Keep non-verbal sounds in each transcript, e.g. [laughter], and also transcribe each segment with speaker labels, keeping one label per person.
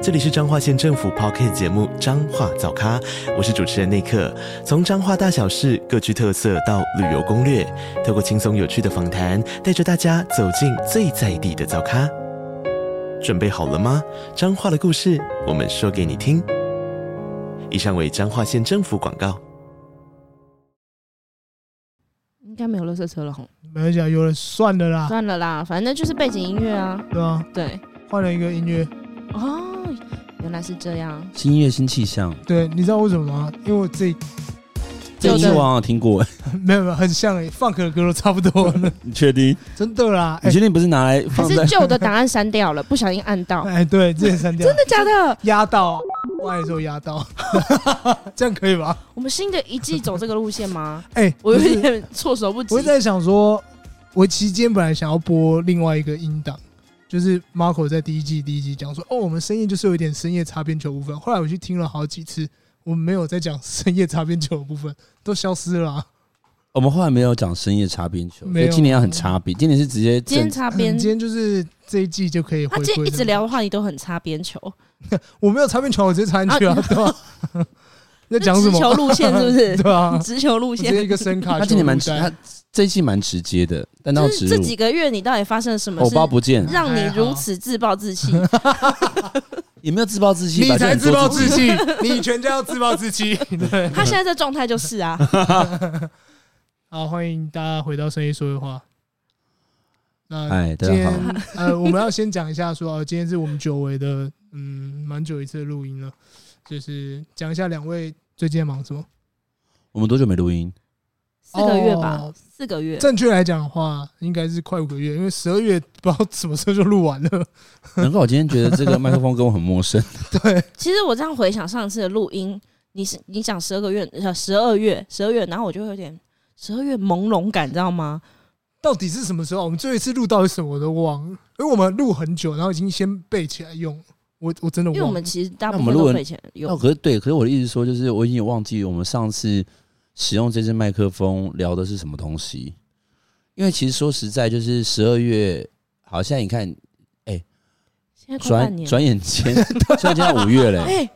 Speaker 1: 这里是彰化县政府 p o c k t 节目《彰化早咖》，我是主持人内克。从彰化大小事各具特色到旅游攻略，透过轻松有趣的访谈，带着大家走进最在地的早咖。准备好了吗？彰化的故事，我们说给你听。以上为彰化县政府广告。
Speaker 2: 应该没有垃圾车了吼，
Speaker 3: 没关系啊，有人算了啦，
Speaker 2: 算了啦，反正就是背景音乐啊。
Speaker 3: 对吧？
Speaker 2: 对，
Speaker 3: 换了一个音乐，
Speaker 2: 哦，原来是这样。
Speaker 4: 新音乐新气象，
Speaker 3: 对，你知道为什么吗？因为我自己 [laughs]
Speaker 4: 这
Speaker 2: 就
Speaker 4: 音乐
Speaker 2: 是
Speaker 4: 我好像听过， [laughs]
Speaker 3: 没有没有很像诶、放 funk 的歌都差不多了，
Speaker 4: 你确定？
Speaker 3: 真的啦。
Speaker 4: 你
Speaker 3: 哎、
Speaker 4: 确定不是拿来
Speaker 2: 还
Speaker 4: 放
Speaker 2: 是
Speaker 4: 在？
Speaker 2: 旧的档案删掉了，不小心按到，
Speaker 3: 哎、对，之前删掉，真的
Speaker 2: 真的假的？
Speaker 3: 压到啊，我也是有压到， [laughs] 这样可以吧？
Speaker 2: 我们新的一季走这个路线吗？
Speaker 3: 哎、
Speaker 2: 我
Speaker 3: [laughs] 不是
Speaker 2: 有点措手不及
Speaker 3: 我。在想说，我期间本来想要播另外一个音档，就是 Marco 在第一季第一集讲说，哦，我们深夜就是有一点深夜擦边球部分。后来我去听了好几次，我们没有在讲深夜擦边球的部分，都消失了啊、
Speaker 4: [laughs] 我们后来没有讲深夜擦边球，
Speaker 3: 没有
Speaker 4: 所以今年要很擦边，今年是直接
Speaker 2: 今天
Speaker 4: 正
Speaker 2: 擦边
Speaker 3: 嗯，今天就是这一季就可以回
Speaker 2: 他
Speaker 3: 归。
Speaker 2: 今天一直，聊的话题都很擦边球，
Speaker 3: 我没有擦边球，我直接插进去啊，对吧、
Speaker 2: [laughs]
Speaker 3: 在讲什
Speaker 2: 直球
Speaker 3: 么？
Speaker 2: 路线是不是？
Speaker 3: [laughs]
Speaker 2: [laughs]
Speaker 3: 对啊，
Speaker 2: 直球路
Speaker 3: 直
Speaker 2: 线
Speaker 3: 接。一个声卡。
Speaker 4: 他今年蛮直，
Speaker 3: 球入
Speaker 4: 他
Speaker 3: 袋
Speaker 4: 这一季蛮直接的，但到
Speaker 2: 就是
Speaker 4: 植
Speaker 2: 这
Speaker 4: 入
Speaker 2: 几个月你到底发生了什么
Speaker 4: 偶
Speaker 2: 事，
Speaker 4: 包不见，
Speaker 2: 让你如此自暴自
Speaker 3: [laughs]
Speaker 2: 弃？
Speaker 4: 也没有自暴自弃吧，
Speaker 3: 你才
Speaker 4: 就很
Speaker 3: 自
Speaker 4: 做
Speaker 3: 暴
Speaker 4: 己
Speaker 3: 自弃，你全家要自暴自弃。 [laughs] 对，
Speaker 2: 他现在这状态就是啊，
Speaker 3: 好，欢迎大家回到深夜说的话。那
Speaker 4: [laughs] 哎，
Speaker 3: 今
Speaker 4: 大家
Speaker 3: 天
Speaker 4: 好，
Speaker 3: 呃，我们要先讲一下说，呃，今天是我们久违的，嗯，蛮久一次的录音了，就是讲一下两位最近在忙什么。
Speaker 4: 我们多久没
Speaker 3: [laughs]
Speaker 4: 录音？
Speaker 2: 四个月吧
Speaker 3: 哦，
Speaker 2: 四个月。
Speaker 3: 正确来讲的话，应该是快五个月，因为十二月不知道什么时候就录完了。 [laughs]
Speaker 4: 难怪我今天觉得这个麦克风跟我很陌生，
Speaker 3: 对，
Speaker 2: 其实我这样回想上次的录音，你是你讲十二个月，呃，十二月，十二月，然后我就有点十二月朦胧感，你知道吗？
Speaker 3: 到底是什么时候？我们最后一次录到底是什么我都忘了，因为我们录很久，然后已经先背起来用。我我真的
Speaker 2: 因为我
Speaker 3: 忘了
Speaker 2: 们，其实大部
Speaker 4: 那
Speaker 2: 分
Speaker 4: 我们录
Speaker 2: 都
Speaker 4: 完
Speaker 2: 以前
Speaker 4: 那
Speaker 2: 有，
Speaker 4: 可是对，可是我的意思说，就是我已经忘记我们上次使用这支麦克风聊的是什么东西。因为其实说实在，就是十二月，好像你看
Speaker 2: 现在快半
Speaker 4: 转
Speaker 2: 年。
Speaker 4: 转眼间， [laughs] 转眼间要五月嘞，
Speaker 2: 哎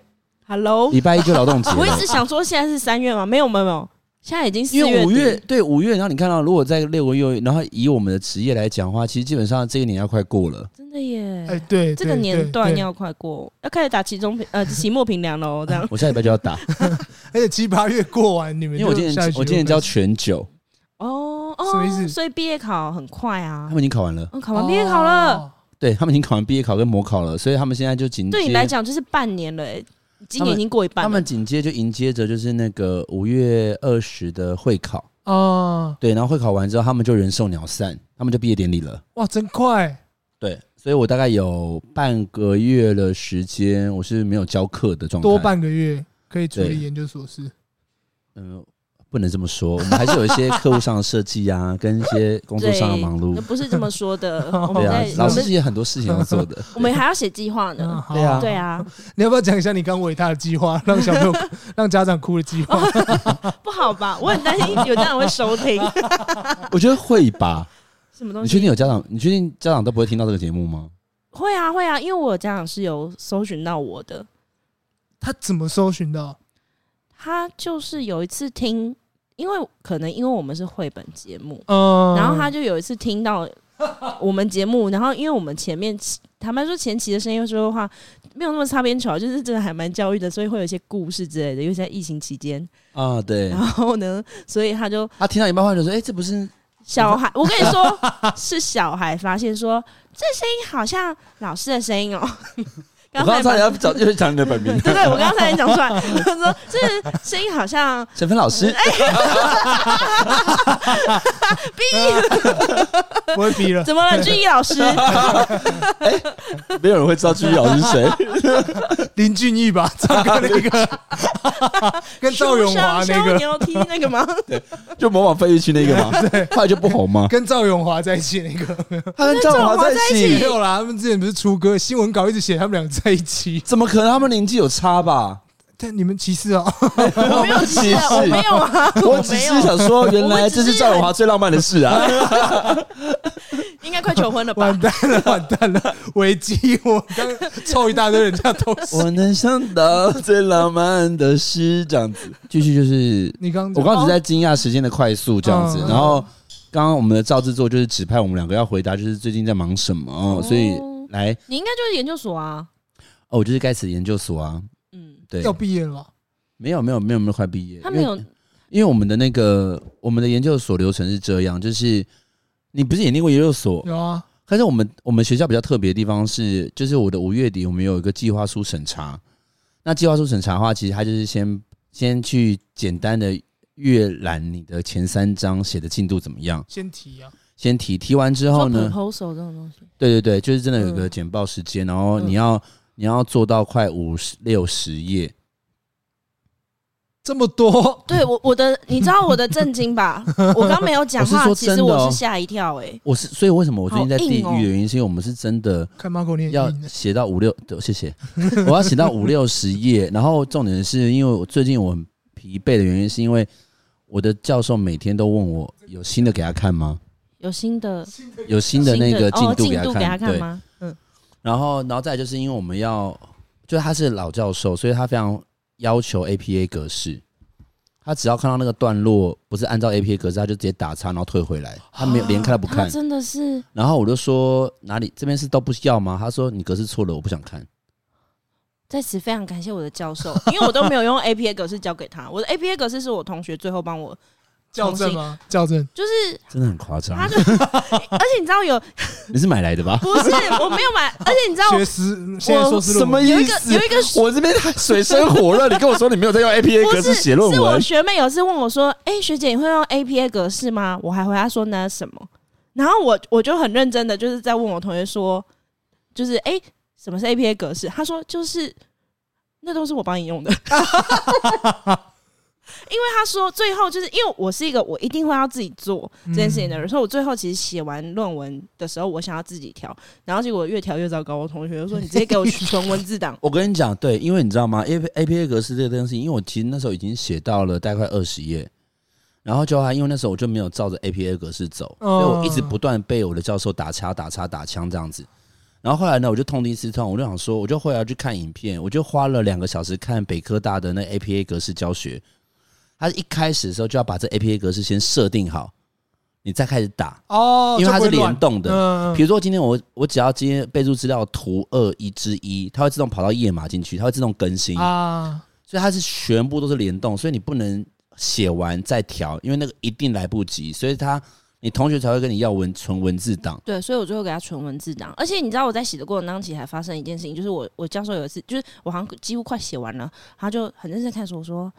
Speaker 2: ，Hello，
Speaker 4: 礼拜一就啊劳动节
Speaker 2: 我一
Speaker 4: 了
Speaker 2: 直。想说现在是三月嘛，没有没有没有，现在已经四
Speaker 4: 因为
Speaker 2: 月
Speaker 4: 五
Speaker 2: 底
Speaker 4: 月对五月，然后你看到，如果在六个月，然后以我们的职业来讲的话，其实基本上这个年要快过了。
Speaker 2: 真的耶。
Speaker 3: 哎，对，
Speaker 2: 这个
Speaker 3: 对
Speaker 2: 年
Speaker 3: 对
Speaker 2: 段
Speaker 3: 对
Speaker 2: 要快过，要开始打期中评呃期末评量
Speaker 4: [laughs]
Speaker 2: 喽，这样
Speaker 4: 我下礼拜就要
Speaker 2: [laughs]
Speaker 4: 打，
Speaker 3: 而且七八月过完，你们
Speaker 4: 因为我
Speaker 3: 就
Speaker 4: 今
Speaker 3: 下
Speaker 4: 年
Speaker 3: 学
Speaker 4: 我今年
Speaker 3: 就
Speaker 4: 教
Speaker 3: 开始
Speaker 4: 全九，
Speaker 2: 哦哦，
Speaker 3: 什么意思
Speaker 2: 所以毕业考很快
Speaker 4: 他
Speaker 2: 啊，
Speaker 4: 们已经考完了，
Speaker 2: 嗯，考完毕业考了，
Speaker 3: 哦
Speaker 4: 对他们已经考完毕业考跟模考了，所以他们现在就紧接
Speaker 2: 对你来讲就是半年了，哎，今年已经过一半
Speaker 4: 他
Speaker 2: 了
Speaker 4: 们。紧接就迎接着就是那个五月二十的会考，
Speaker 3: 啊，
Speaker 4: 对，然后会考完之后，他们就人兽鸟散，他们就毕业典礼了。
Speaker 3: 哇，真快！
Speaker 4: 对，所以我大概有半个月的时间，我是没有教课的状态。
Speaker 3: 多半个月可以处
Speaker 4: 对
Speaker 3: 理研究所事。
Speaker 4: 嗯、不能这么说，我们还是有一些客户上的设计啊，跟一些工作上的忙
Speaker 2: 那
Speaker 4: 碌。
Speaker 2: 不是这么说
Speaker 4: [laughs]
Speaker 2: 的。我们
Speaker 4: 对啊
Speaker 2: 在，
Speaker 4: 老
Speaker 2: 我
Speaker 4: 师自
Speaker 2: 们
Speaker 4: 己有很多事情要做的。
Speaker 2: [laughs] 我们还要写计划呢。
Speaker 3: 好
Speaker 4: 对啊
Speaker 2: 对啊，
Speaker 3: 你要不要讲一下你刚伟大的计划，让小朋友、 [laughs] 让家长哭的计
Speaker 2: 哦
Speaker 3: 划？
Speaker 4: 嗯
Speaker 2: [laughs] 不好吧？我很担心有家长会收
Speaker 4: [laughs]
Speaker 2: 听
Speaker 4: 我觉得会
Speaker 2: [laughs]
Speaker 4: 吧？
Speaker 2: 什么东
Speaker 4: 你确定
Speaker 2: 西。
Speaker 4: 有家长？你确定家长都不会听到这个节目吗？
Speaker 2: 会啊会啊，因为我有家长是有搜寻到我的，
Speaker 3: 他怎么搜寻到？
Speaker 2: 他就是有一次听，因为可能因为我们是绘本节目，
Speaker 3: 嗯，
Speaker 2: 然后他就有一次听到我们节目，然后因为我们前面坦白说前期的声音说的话没有那么擦边球，啊就是真的还蛮教育的，所以会有一些故事之类的，尤其在疫情期间，
Speaker 4: 啊，对
Speaker 2: 然，后呢，所以他就
Speaker 4: 他听到一半话就说：“哎、这不是
Speaker 2: 小孩， [laughs] 我跟你说，是小孩发现说这声音好像老师的声音哦，
Speaker 4: [laughs] 我
Speaker 2: 刚
Speaker 4: 刚
Speaker 2: 才
Speaker 4: 差
Speaker 2: 把
Speaker 4: 点要找就是讲你的本名，
Speaker 2: [laughs] 对对，我刚才也讲出来，我说这声音好像
Speaker 4: 沈芬老师，
Speaker 2: 哎
Speaker 3: 不
Speaker 2: [laughs]
Speaker 3: 会逼了。
Speaker 2: 怎么了，俊逸老师？
Speaker 4: [laughs] 没有人会知道俊逸老师是谁。
Speaker 3: 林俊逸吧，唱歌那
Speaker 4: [laughs]
Speaker 3: 个，跟赵咏华那
Speaker 2: 书生逍
Speaker 3: 个，
Speaker 2: 遥梯那个
Speaker 4: [laughs]
Speaker 2: 吗？
Speaker 4: 就模仿费玉清那个嘛，后来就不红嘛。
Speaker 3: 跟赵咏华在一起那
Speaker 4: [laughs]
Speaker 3: 个，
Speaker 4: 他跟赵华在一
Speaker 3: 没
Speaker 4: 起，
Speaker 3: 有啦。他们之前不是出歌，新闻稿一直写他们俩在一起，
Speaker 4: 怎么可能？他们年纪有差吧？
Speaker 3: 但你们歧视
Speaker 4: [laughs]
Speaker 3: 啊？
Speaker 2: 我没有
Speaker 4: 歧
Speaker 2: 记
Speaker 4: 视
Speaker 2: 得，我没有啊，
Speaker 4: [laughs] 我只是想说，原来这是赵永华最浪漫的事啊！
Speaker 2: 应该快求婚了
Speaker 4: [laughs]
Speaker 2: 吧
Speaker 3: 完？蛋了，完蛋了，危机！我刚凑一大堆人家都是。
Speaker 4: 我能想到最浪漫的事，这样子。继续就是，
Speaker 3: 你刚
Speaker 4: 我刚刚只在惊讶时间的快速这样子，
Speaker 2: 哦
Speaker 3: 嗯
Speaker 4: 然后刚刚我们的赵制作就是指派我们两个要回答，就是最近在忙什么，
Speaker 2: 哦
Speaker 4: 哦所以来
Speaker 2: 你应该就是研究所啊，
Speaker 4: 哦，我就是该死的研究所啊，
Speaker 2: 嗯，
Speaker 4: [laughs] 对
Speaker 3: 要，毕业了吧，
Speaker 4: 没有没有没有没有快毕业，
Speaker 2: 他没有
Speaker 4: 因为因为我们的那个我们的研究所流程是这样，就是你不是也念过研究所，
Speaker 3: 有啊，
Speaker 4: 但是我们我们学校比较特别的地方是，就是我的五月底我们有一个计划书审查。那计划书审查的话，其实它就是先先去简单的阅览你的前三章写的进度怎么样，
Speaker 3: 先提啊，
Speaker 4: 先提提完之后
Speaker 2: 做
Speaker 4: 呢，
Speaker 2: proposal 这种东西，
Speaker 4: 对对对，就是真的有一个
Speaker 2: 嗯
Speaker 4: 简报时间，然后你
Speaker 2: 嗯
Speaker 4: 要你要做到快五十六十页，
Speaker 3: 这么多，
Speaker 2: 对我我的，你知道我的震惊
Speaker 4: [laughs]
Speaker 2: 吧？我刚没有讲
Speaker 4: 我是
Speaker 2: 话，
Speaker 4: 说
Speaker 2: 其
Speaker 4: 真
Speaker 2: 实
Speaker 4: 的哦
Speaker 2: 我是吓一跳，哎，
Speaker 4: 我是所以为什么我最近在
Speaker 2: 好
Speaker 4: 地狱
Speaker 2: 硬哦
Speaker 4: 的原因，是因为我们是真的
Speaker 3: 看 Marco 你
Speaker 4: 要
Speaker 3: 很硬的
Speaker 4: 写到五六，对谢谢， [laughs] 我要写到五六十页。然后重点是因为我最近我很疲惫的原因，是因为我的教授每天都问我有新的给他
Speaker 2: [laughs]
Speaker 4: 看吗？
Speaker 2: 有新的
Speaker 4: 有新的那个进
Speaker 2: 哦
Speaker 4: 度给
Speaker 2: 进
Speaker 4: 他
Speaker 2: 度给他
Speaker 4: 看，
Speaker 2: 看
Speaker 4: 对。
Speaker 2: 吗？嗯，
Speaker 4: 然后，然后再来就是因为我们要，就是他是老教授，所以他非常要求 APA 格式。他只要看到那个段落不是按照 APA 格式，他就直接打叉，然后退回来，他没有连看都不
Speaker 2: 啊他
Speaker 4: 看。
Speaker 2: 真的是
Speaker 4: 然后我就说哪里这边是都不要吗？他说你格式错了，我不想看。
Speaker 2: 在此非常感谢我的教授，因为我都没有用 APA 格式交给他，我的 APA 格式是我同学最后帮我，
Speaker 3: 校正吗？校正，
Speaker 2: 就是
Speaker 4: 真的很夸张 [laughs]
Speaker 2: 他。就，而且你知道有
Speaker 4: 你是买来的吧？
Speaker 2: 不是我没有买，而且你知道
Speaker 3: 学思现在硕士论文
Speaker 2: 有一个有一个
Speaker 4: 我这边水深火热，你跟我说你没有在用 APA。
Speaker 2: 不是是我学妹有次问我说：“哎、学姐，你会用 APA 格式吗？”我还回答说：“那是什么？”然后我我就很认真的就是在问我同学说：“就是哎、诶什么是 APA 格式？”他说：“就是那都是我帮你用的。” [laughs] 因为他说最后就是因为我是一个我一定会要自己做这件事情的人，所以我最后其实写完论文的时候，我想要自己调，然后结果越调越糟糕。我同学就说：“你直接给我存文字档
Speaker 4: 我跟你讲，对，因为你知道吗？A A P A 格式这个东西，因为我其实那时候已经写到了大概二十页，然后就啊还因为那时候我就没有照着 A P A 格式走，
Speaker 3: 哦
Speaker 4: 所以我一直不断被我的教授打叉打叉打枪这样子。然后后来呢，我就痛定思痛，我就想说，我就后来去看影片，我就花了两个小时看北科大的那 A P A 格式教学。他一开始的时候就要把这 A P A 格式先设定好，你再开始打。
Speaker 3: [laughs] 哦，
Speaker 4: 因为它
Speaker 3: 就不会
Speaker 4: 是
Speaker 3: 乱
Speaker 4: 联动的。
Speaker 3: 嗯，嗯
Speaker 4: 比如说今天我我只要今天备注资料图二一之一，它会自动跑到页码进去，它会自动更新，
Speaker 3: 啊，
Speaker 4: 所以它是全部都是联动，所以你不能写完再调，因为那个一定来不及，所以它你同学才会跟你要文存文字档。
Speaker 2: 对，所以我最后给他存文字档。而且你知道我在写的过程当中，其实还发生一件事情，就是我我教授有一次，就是我好像几乎快写完了，他就很认真地看着我说，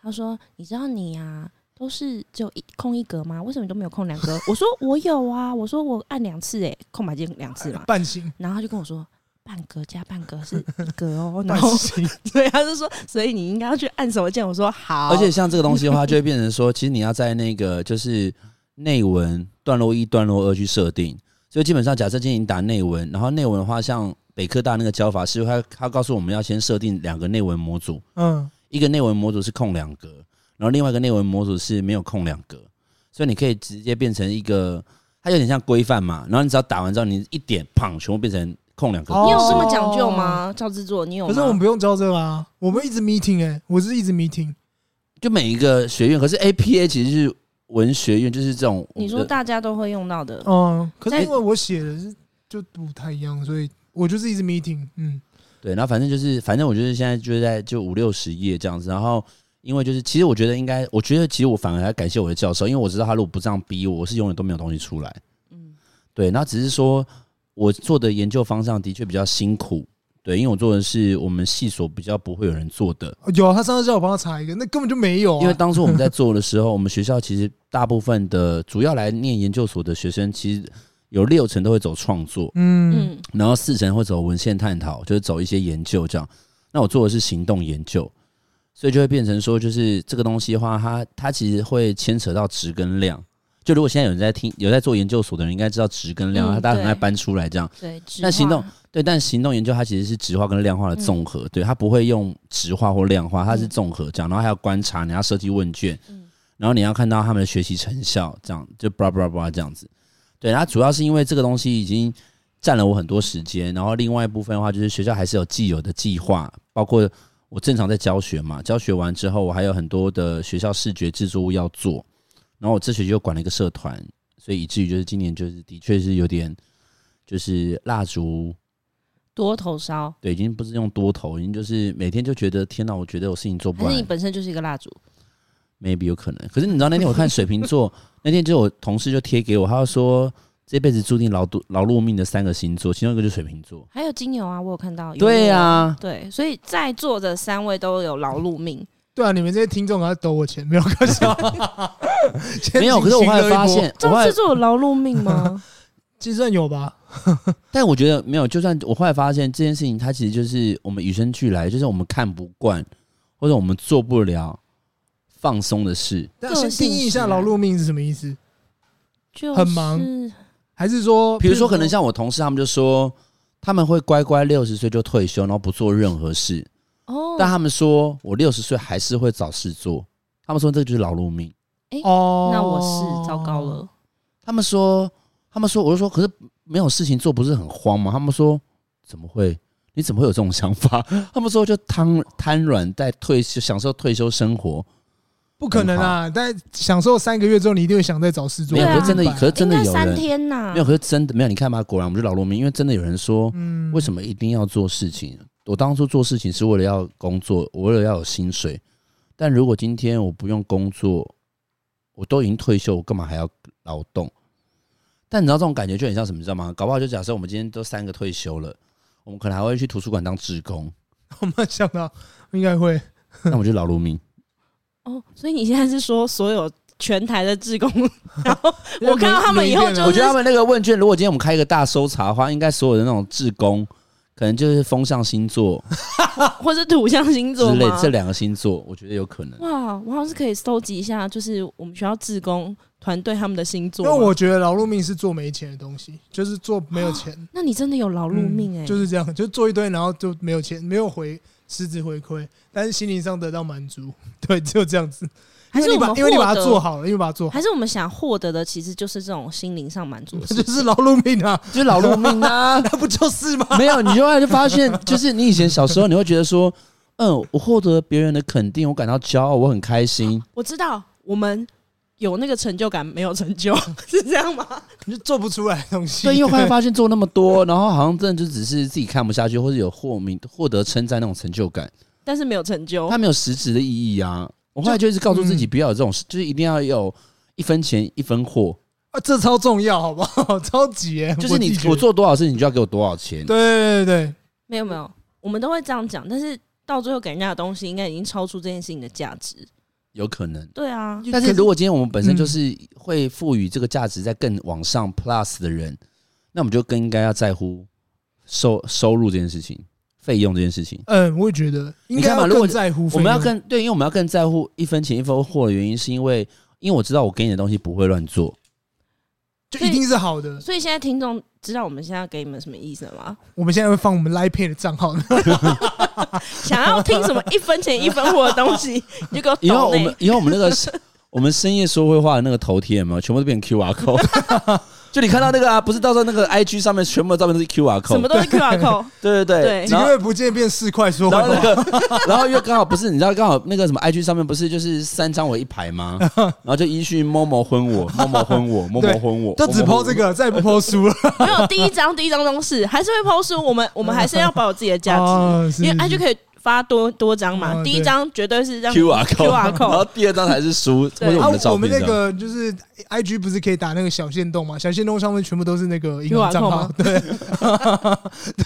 Speaker 2: 他说：“你知道你啊，都是只有一空一格吗？为什么你都没有空两格？”我说：“我有啊，我说我按两次诶、欸空白键两次嘛。
Speaker 3: 半型”，
Speaker 2: 然后他就跟我说。半格加半格是一格
Speaker 3: [laughs]
Speaker 2: 哦，然
Speaker 3: 半
Speaker 2: 后
Speaker 3: 型，
Speaker 2: 对，他就说，所以你应该要去按什么键？我说好，
Speaker 4: 而且像这个东西的话，就会变成说，其实你要在那个就是内文段落一、段落二去设定。所以基本上，假设今天你打内文，然后内文的话，像北科大那个教法是它它告诉我们要先设定两个内文模组，
Speaker 3: 嗯，
Speaker 4: 一个内文模组是空两格，然后另外一个内文模组是没有空两格，所以你可以直接变成一个，它有点像规范嘛。然后你只要打完之后，你一点，砰，全部变成空两格。
Speaker 3: 哦
Speaker 2: 你有这么讲究吗？赵制作，你有吗？
Speaker 3: 可是我们不用教这个啊，我们一直 meeting 哎，我是一直 meeting，
Speaker 4: 就每一个学院，可是 APA 其实是文学院，就是这种我
Speaker 2: 你
Speaker 4: 们的。
Speaker 2: 说大家都会用到的，
Speaker 3: 嗯，可是
Speaker 2: 在
Speaker 3: 因为我写的是就不太一样，所以我就是一直 meeting，嗯，
Speaker 4: 对，然后反正就是，反正我就是现在就是在就五六十页这样子，然后。因为就是，其实我觉得应该，我觉得其实我反而还感谢我的教授，因为我知道他如果不这样逼我，我是永远都没有东西出来。
Speaker 2: 嗯，
Speaker 4: 对，那只是说我做的研究方向的确比较辛苦，对，因为我做的是我们系所比较不会有人做的，
Speaker 3: 有啊，他上次叫我帮他查一个，那根本就没有、啊。
Speaker 4: 因为当初我们在做的时候，我们学校其实大部分的主要来念研究所的学生，其实有六成都会走创作，
Speaker 3: 嗯，
Speaker 2: 嗯，
Speaker 4: 然后四成会走文献探讨，就是走一些研究这样。那我做的是行动研究，所以就会变成说，就是这个东西的话，它它其实会牵扯到值跟量。就如果现在有人在听有在做研究所的人，应该知道值跟量，
Speaker 2: 嗯
Speaker 4: 它大家很爱
Speaker 2: 对
Speaker 4: 搬出来这样。
Speaker 2: 对。直
Speaker 4: 那行动
Speaker 2: 话
Speaker 4: 对，但行动研究它其实是直化跟量化的综合，对，它不会用直化或量化，它是
Speaker 2: 嗯
Speaker 4: 综合这样，然后还要观察，你要设计问卷，
Speaker 2: 嗯
Speaker 4: 然后你要看到他们的学习成效，这样就 blah blah blah 这样子。对，然后主要是因为这个东西已经占了我很多时间，然后另外一部分的话就是学校还是有既有的计划，包括我正常在教学嘛，教学完之后我还有很多的学校视觉制作物要做，然后我这学期又管了一个社团，所以以至于就是今年就是的确是有点就是蜡烛。
Speaker 2: 多头烧，
Speaker 4: 对，已经不是用多头，已经就是每天就觉得天哪，我觉得有事情做不
Speaker 2: 还是你
Speaker 4: 完
Speaker 2: 本身就是一个蜡烛？
Speaker 4: ，maybe 有可能。可是你知道那天我看水瓶座， [laughs] 那天就有同事就贴给我，他就说这辈子注定劳度劳碌命的三个星座，其中一个就是水瓶座。
Speaker 2: 还有金牛啊，我有看到。有
Speaker 4: 对
Speaker 2: 啊，
Speaker 4: 啊，
Speaker 2: 对，所以在座的三位都有劳碌命。
Speaker 3: 对啊，你们这些听众还要抖我钱，没有搞
Speaker 4: [laughs]
Speaker 3: 笑。
Speaker 4: 没有。可是我后
Speaker 3: 还
Speaker 4: 来发，现，我
Speaker 2: 这
Speaker 4: 后来
Speaker 2: 这座有劳碌命
Speaker 4: [laughs]
Speaker 2: 吗？
Speaker 3: 计算有吧？
Speaker 4: 但我觉得没有，就算我后来发现这件事情，它其实就是我们与生俱来，就是我们看不惯或者我们做不了放松的事。
Speaker 3: 但先定义一
Speaker 4: 啊
Speaker 3: 下劳碌命是什么意思？
Speaker 2: 就是
Speaker 3: 很忙还是
Speaker 2: 哦
Speaker 3: 说，
Speaker 4: 比如说，可能像我同事他们就说，他们会乖乖六十岁就退休，然后不做任何事。
Speaker 2: 哦，
Speaker 4: 但他们说我六十岁还是会找事做，他们说这个就是劳碌命。
Speaker 3: 哦，
Speaker 2: 那我是糟糕。了。
Speaker 4: 他们说，他们说，我就说，可是没有事情做不是很慌吗？他们说怎么会？你怎么会有这种想法？ [laughs] 他们说就瘫瘫软在退休，享受退休生活。
Speaker 3: 不可能啊！但享受三个月之后，你一定会想再找事做。
Speaker 4: 没有，
Speaker 2: 对啊
Speaker 4: 可是真的，可是真的
Speaker 2: 应该
Speaker 4: 有
Speaker 2: 三
Speaker 4: 人
Speaker 2: 天呐
Speaker 4: 没有，，可是真的没有。你看吧，果然我们是劳碌命，因为真的有人说，
Speaker 3: 嗯
Speaker 4: 为什么一定要做事情？我当初做事情是为了要工作，我为了要有薪水。但如果今天我不用工作，我都已经退休，我干嘛还要劳动？但你知道这种感觉就很像什么，你知道吗？搞不好就假设我们今天都三个退休了，我们可能还会去图书馆当志工，
Speaker 3: 我没有 [laughs] 想到，应该会。
Speaker 4: 那我就劳碌命。
Speaker 2: 哦，所以你现在是说所有全台的志工，然后 [laughs] 我看到他们以后就
Speaker 4: [laughs] 我
Speaker 2: 是
Speaker 4: 觉得他们那个问卷，如果今天我们开一个大搜查的话，应该所有的那种志工，可能就是风象星座
Speaker 2: 或是土象星
Speaker 4: 之
Speaker 2: 座
Speaker 4: 类
Speaker 2: 吗
Speaker 4: 这？两个星座，我觉得有可能。
Speaker 2: 哇，我好像是可以搜集一下，就是我们学校志工团队他们的星座
Speaker 3: 因
Speaker 2: 吗。
Speaker 3: 为我觉得劳碌命是做没钱的东西，就是做没有钱。
Speaker 2: 那你真的有哦劳碌命哎、
Speaker 3: 就是这样，就做一堆，然后就没有钱，没有回实质回馈，但是心灵上得到满足，对，只有这样子。
Speaker 2: 还是
Speaker 3: 因为
Speaker 2: 我
Speaker 3: 你把
Speaker 2: 们
Speaker 3: 因为你把
Speaker 2: 获
Speaker 3: 它
Speaker 2: 得
Speaker 3: 做好了，因为把它
Speaker 2: [laughs]
Speaker 3: 做好，
Speaker 2: 还是我们想获得的其实就是这种心灵上满足的
Speaker 3: 这
Speaker 4: [laughs]
Speaker 2: 事
Speaker 3: 就是劳碌命啊，
Speaker 4: [laughs] 就是劳碌命啊！
Speaker 3: 那不就是吗？ [laughs]
Speaker 4: [laughs] 没有，你就会就发现， [laughs] 就是你以前小时候，你会觉得说，嗯，我获得别人的肯定，我感到骄傲，我很开心。
Speaker 2: 我知道我们有那个成就感，没有成就 [laughs] 是这样吗？
Speaker 3: 你就做不出来的东西。
Speaker 4: 对，因为后来发现做那么多，然后好像真的就只是自己看不下去，或者有获名获得称赞那种成就感，
Speaker 2: 但是没有成就
Speaker 3: 哦
Speaker 4: 它，没有实质的意义啊。我后来就一直告诉自己，
Speaker 3: 嗯
Speaker 4: 不要有这种，就是一定要有一分钱一分货，
Speaker 3: [laughs] [laughs] 啊，这超重要，好不好？ [laughs] 超级耶，
Speaker 4: 就是你
Speaker 3: 自己觉得
Speaker 4: 我，做多少事情，你就要给我多少钱。
Speaker 3: 对对对
Speaker 2: 没有没有，我们都会这样讲，但是到最后给人家的东西，应该已经超出这件事情的价值。
Speaker 4: 有可能。
Speaker 2: 对啊，
Speaker 3: 对。
Speaker 4: 但是
Speaker 3: 可
Speaker 4: 如果今天我们本
Speaker 2: 嗯
Speaker 4: 身就是会赋予这个价值在更往上 plus 的人，那我们就更应该要在乎收收入这件事情、费用这件事情。
Speaker 3: 嗯，我也觉得应该
Speaker 4: 看嘛
Speaker 3: 要
Speaker 4: 如果
Speaker 3: 更在乎费
Speaker 4: 我
Speaker 3: 用，
Speaker 4: 们要更对，因为我们要更在乎一分钱一分货的原因，是因为因为我知道我给你的东西不会乱做，
Speaker 3: 就一定是好的。
Speaker 2: 所以现在听众知道我们现在给你们什么意思了吗？
Speaker 3: 我们现在会放我们 Line Pay 的账号，
Speaker 2: 想要听什么一分钱一分货的东西，你就给我
Speaker 4: 以后
Speaker 2: 抖
Speaker 4: 我
Speaker 2: 内
Speaker 4: 们。以后我们那个我们深夜说会话的那个头贴有没有，全部都变 QR code。就 [laughs] 你看到那个啊，不是到时候那个 IG 上面全部的照片都是 QR
Speaker 2: 什么
Speaker 4: code，
Speaker 2: 都是 QR code，
Speaker 4: 对对
Speaker 2: 对
Speaker 3: 几
Speaker 4: 然后
Speaker 3: 个月不见变四块说
Speaker 4: 然
Speaker 3: 话
Speaker 4: 后那个， [laughs] 然后因为刚好不是，你知道刚好那个什么 IG 上面不是就是三张我一
Speaker 3: [laughs]
Speaker 4: 排吗？然后就依序某某婚我，某某婚我，某某婚我，
Speaker 3: 都只
Speaker 4: 抛
Speaker 3: 抛这。个，再也不抛书了。
Speaker 2: [laughs] 没有第一张，第一张都是还是会抛书，我们我们还是要保有自己的价值，
Speaker 3: [laughs] 哦是
Speaker 2: 因为 IG 可以发多多张嘛，
Speaker 3: 哦
Speaker 2: 第一
Speaker 3: 对
Speaker 2: 张绝对是让
Speaker 4: [laughs] Q R code，
Speaker 2: QR
Speaker 4: [laughs] 然后
Speaker 2: code，
Speaker 4: 第二张才是书或
Speaker 2: 对
Speaker 4: 者我们的
Speaker 3: 啊，
Speaker 4: 照
Speaker 3: 我们
Speaker 4: 片这
Speaker 3: 那
Speaker 4: 样。
Speaker 3: 个就是 I G 不是可以打那个小线动嘛？小线动上面全部都是那个银
Speaker 4: [laughs]
Speaker 2: QR
Speaker 3: 行账
Speaker 2: code
Speaker 3: 号
Speaker 2: 吗，
Speaker 4: 啊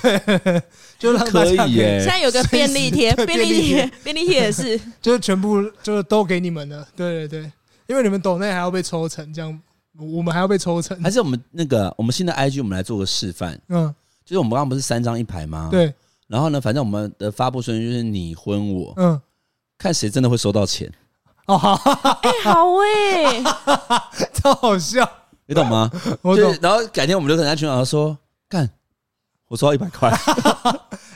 Speaker 3: 对对， [laughs] 就让大
Speaker 4: 可以
Speaker 3: 家
Speaker 4: 耶
Speaker 2: 现在有个便利贴，
Speaker 3: 对
Speaker 2: 便利贴，便利贴也是，
Speaker 3: 就是全部就是都给你们了，对对对，因为你们抖内还要被抽成，这样我们还要被抽成，
Speaker 4: 还是我们那个我们新的 I G，我们来做个示范，
Speaker 3: 嗯，
Speaker 4: 就是我们刚刚不是三张一排吗？。
Speaker 3: 对，
Speaker 4: 然后呢，反正我们的发布顺序就是你婚我，
Speaker 3: 嗯，
Speaker 4: 看谁真的会收到钱，
Speaker 3: 哦，好， [laughs]
Speaker 2: 哎，好哎，
Speaker 3: 超好笑，
Speaker 4: 你懂吗？
Speaker 3: [laughs] 我
Speaker 4: 就
Speaker 3: 懂
Speaker 4: 是，然后改天我们就跟他群长说，干，我收到一百
Speaker 3: [laughs]
Speaker 4: 块，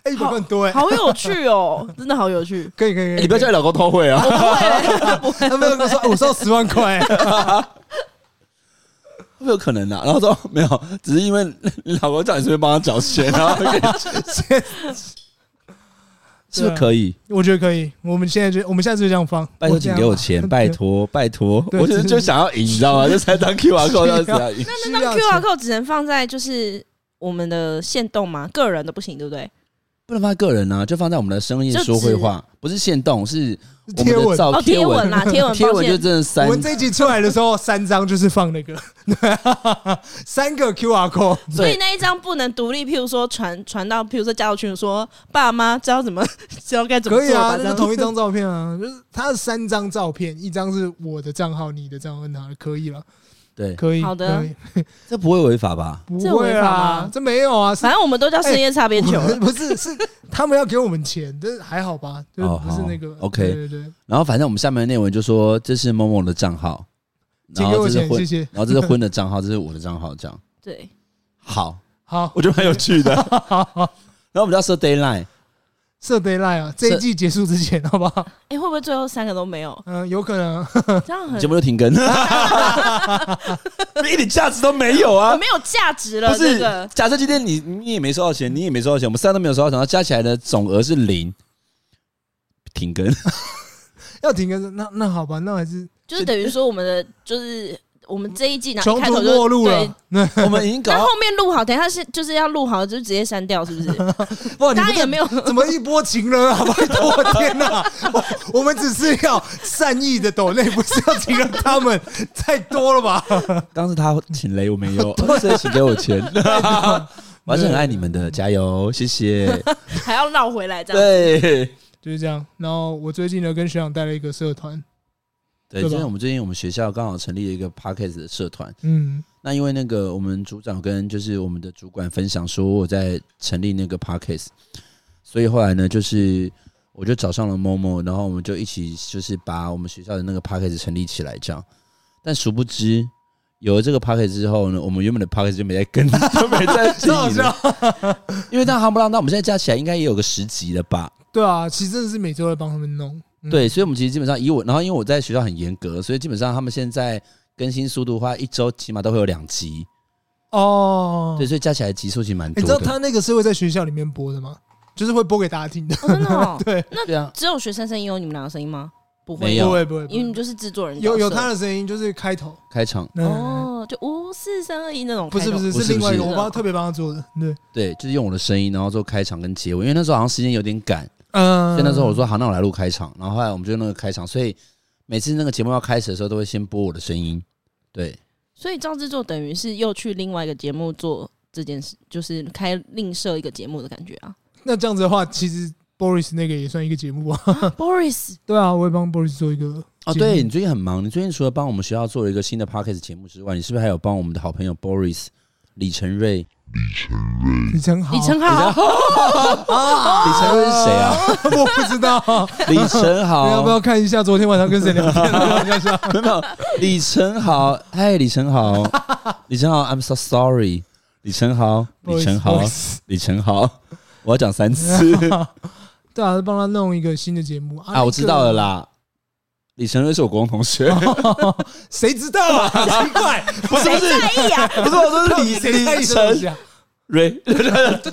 Speaker 3: 哎，一百更多哎，
Speaker 2: 好有趣哦，真的好有趣。
Speaker 3: 可以可以，可以
Speaker 4: 哎你不要叫你老公偷
Speaker 3: [laughs]
Speaker 4: 汇啊！ [laughs]
Speaker 3: 他们说哎我收十万块，
Speaker 4: 会不会有可能啊？然后说没有，只是因为 [laughs] 你老公叫你顺便帮他缴钱，然后
Speaker 3: [laughs]
Speaker 4: 他给你钱是不是可以？
Speaker 3: 我觉得可以，我们现在就我们下次就这样放，
Speaker 4: 拜托，请给我钱，拜托，拜托！
Speaker 3: 对
Speaker 4: 我觉得
Speaker 3: 这
Speaker 4: 就是想要赢，你知道吗？就才当 QR
Speaker 3: [laughs]
Speaker 4: code 这样子啊，
Speaker 3: 这
Speaker 2: 那
Speaker 3: 样，
Speaker 2: 张
Speaker 3: 需要
Speaker 2: QR
Speaker 3: 钱
Speaker 2: code 只能放在就是我们的线动嘛，个人的不行，对不对？
Speaker 4: 不能放在个人啊，就放在我们的商业说会话，不是限动，是我
Speaker 3: 贴
Speaker 4: 们的
Speaker 3: 文。
Speaker 4: 照
Speaker 2: 哦，贴文
Speaker 4: 文
Speaker 2: 啦，贴文，
Speaker 4: [laughs] 贴
Speaker 2: 抱
Speaker 4: 文就
Speaker 2: 歉，
Speaker 4: 真的
Speaker 3: 我
Speaker 4: 三
Speaker 3: 们这一集出来的时候，三张就是放那个， [laughs] 三个 QR code，
Speaker 2: 所以那一张不能独立，譬如说传传到，譬如说家族群组说爸妈知道怎么知道该怎么
Speaker 3: 可以
Speaker 2: 做吧，
Speaker 3: 啊，
Speaker 2: 这
Speaker 3: 那
Speaker 2: 样
Speaker 3: 就
Speaker 2: 子
Speaker 3: 同一张照片啊，就是它是三张照片，一张是我的账号，你的账号，哪可以了，
Speaker 4: 对，
Speaker 3: 可以，
Speaker 2: 好的
Speaker 3: 可以，
Speaker 4: 这不会违法吧？
Speaker 3: 不
Speaker 2: 这
Speaker 3: 会
Speaker 2: 违法
Speaker 3: 啊
Speaker 2: 吗，
Speaker 3: 这没有啊，是
Speaker 2: 反正我们都叫深夜擦边球了。
Speaker 3: [laughs] 不是是他们要给我们钱，但是还好吧，就是
Speaker 4: 哦
Speaker 3: 不是那个
Speaker 4: 好，OK
Speaker 3: 对对对，
Speaker 4: 然后反正我们下面的内文就说这是某某的账号，然
Speaker 3: 请给
Speaker 4: 后
Speaker 3: 我
Speaker 4: 这是
Speaker 3: 钱，谢
Speaker 4: 婚，
Speaker 3: 谢，
Speaker 4: 然后这是婚的账号，这是我的账号，这样
Speaker 2: 对，
Speaker 3: [laughs]
Speaker 4: 好，
Speaker 3: 好，
Speaker 4: 我觉得蛮有趣的。 [laughs] 然
Speaker 3: 好好，
Speaker 4: 后我们就要设 d a y l i n e
Speaker 3: 设备赖啊，这一季结束之前，好不好？
Speaker 2: 哎，会不会最后三个都没有？
Speaker 3: 嗯，有可能啊， [laughs]
Speaker 2: 这样很
Speaker 4: 节目就停更， [laughs] 一点价值都没有啊
Speaker 2: 很！没有价值
Speaker 4: 不
Speaker 2: 了。这
Speaker 4: 是
Speaker 2: 个，
Speaker 4: 假设今天你你也没收到钱，你也没收到钱，我们三个都没有收到钱，然后加起来的总额是零，
Speaker 2: [laughs]
Speaker 4: 停更。
Speaker 3: 要停更，那那好吧，那还是
Speaker 2: 就是等于说我们的就是我们这一季呢，一
Speaker 3: 穷
Speaker 2: 开
Speaker 3: 途
Speaker 2: 头就
Speaker 3: 末路
Speaker 2: 对
Speaker 3: 了。那
Speaker 4: 我们已经搞
Speaker 2: 那
Speaker 4: 到
Speaker 2: 后面录好，等一下是就是要录好就直接删掉，是不是？
Speaker 3: 哇， [laughs] 你
Speaker 2: 大家
Speaker 3: 们
Speaker 2: 也没有，
Speaker 3: 这怎么一波情人啊？ [laughs] 拜托，我天哪！ [laughs] 我我们只是要善意的抖内，不是要情人他们，太多了吧？ [laughs]
Speaker 4: 刚是他请雷，我没
Speaker 2: [laughs]
Speaker 4: 有，所以请给我钱。 [laughs] 我还是很爱你们的，加油，谢谢。
Speaker 2: 还要绕回 [laughs] 来这样。
Speaker 4: 对
Speaker 3: 就是这样。然后我最近呢，跟学长带了一个社团，
Speaker 4: 对，
Speaker 3: 对吧
Speaker 4: 就是我们最近我们学校刚好成立了一个 podcast 的社团。
Speaker 3: 嗯，
Speaker 4: 那因为那个我们组长跟就是我们的主管分享说我在成立那个 podcast，所以后来呢，就是我就找上了某某，然后我们就一起就是把我们学校的那个 podcast 成立起来这样。但殊不知。有了这个 p a c k a g e 之后呢，我们原本的 p a c k a g e 就没在跟，就没在经
Speaker 3: 真好 [laughs]
Speaker 4: 营了
Speaker 3: 笑。
Speaker 4: 因为这样夯不啷当，我们现在加起来应该也有个十集了吧？
Speaker 3: 对啊，其实真的是每周在帮他们弄。嗯
Speaker 4: 对，所以我们其实基本上以我，然后因为我在学校很严格，所以基本上他们现在更新速度的话，一周起码都会有两集，
Speaker 3: 哦，哎
Speaker 4: 对，所以加起来集数其实蛮
Speaker 3: 你
Speaker 4: 多
Speaker 3: 知道
Speaker 4: 的。
Speaker 3: 他那个是会在学校里面播的吗？就是会播给大家听的。
Speaker 2: 哦真的哦，
Speaker 3: [laughs] 对，
Speaker 4: 对啊，
Speaker 2: 只有学生声音有你们两个声音吗？不会，
Speaker 4: 没有
Speaker 3: 不会不会，不
Speaker 2: 因为你
Speaker 3: 会
Speaker 2: 就是制作人角色。
Speaker 3: 有有他的声音，就是开头。
Speaker 4: 开场
Speaker 3: 嗯，
Speaker 2: 哦，就五四三二一那种
Speaker 3: 不
Speaker 2: 开
Speaker 3: 是
Speaker 2: 头。
Speaker 3: 不是
Speaker 4: 不是
Speaker 3: 是另外一个，
Speaker 2: 不
Speaker 3: 我
Speaker 2: 是
Speaker 3: 帮特别帮他做的。对，
Speaker 4: 对，就是用我的声音，然后做开场跟结尾，因为那时候好像时间有点赶，
Speaker 3: 嗯，
Speaker 4: 所以那时候我说好，那我来录开场，然后后来我们就用那个开场，所以每次那个节目要开始的时候，都会先播我的声音。对，
Speaker 2: 所以赵制作等于是又去另外一个节目做这件事，就是开另设一个节目的感觉啊。
Speaker 3: 那这样子的话，其实 Boris 那个也算一个节目啊。 [laughs]
Speaker 2: Boris，
Speaker 3: 对啊，我也帮 Boris 做一个
Speaker 4: 哦，
Speaker 3: 节目
Speaker 4: 对你最近很忙，你最近除了帮我们学校做了一个新的 podcast 节目之外，你是不是还有帮我们的好朋友 Boris 李承瑞？
Speaker 3: 哦李晨豪，
Speaker 2: 李承
Speaker 3: 啊
Speaker 2: 浩，
Speaker 4: 李承瑞是谁
Speaker 3: [laughs]
Speaker 4: 啊？
Speaker 3: 我不知道，
Speaker 4: 李承
Speaker 3: 你要不要
Speaker 4: 豪，
Speaker 3: 看一下昨天晚上跟谁聊天？啊开玩笑
Speaker 4: 没有没有，李承豪，嗨，李承豪，李承豪，I'm so sorry，李承豪， [laughs] 李承豪，
Speaker 3: Boris，Boris
Speaker 4: 李承豪，我要讲三
Speaker 3: [laughs]
Speaker 4: 次
Speaker 3: 对啊，帮他弄一个新的节目啊
Speaker 4: 啊！我知道了，啦，李承瑞是我国中同学，
Speaker 3: 那个 [laughs] 谁知道啊？奇怪，
Speaker 4: 不是不是
Speaker 2: 哎
Speaker 3: 啊
Speaker 2: 呀，
Speaker 4: 不是，我说是
Speaker 3: 谁
Speaker 4: 李
Speaker 3: 在
Speaker 4: 李
Speaker 3: 意这个东
Speaker 4: 承
Speaker 3: 西啊？
Speaker 4: 瑞，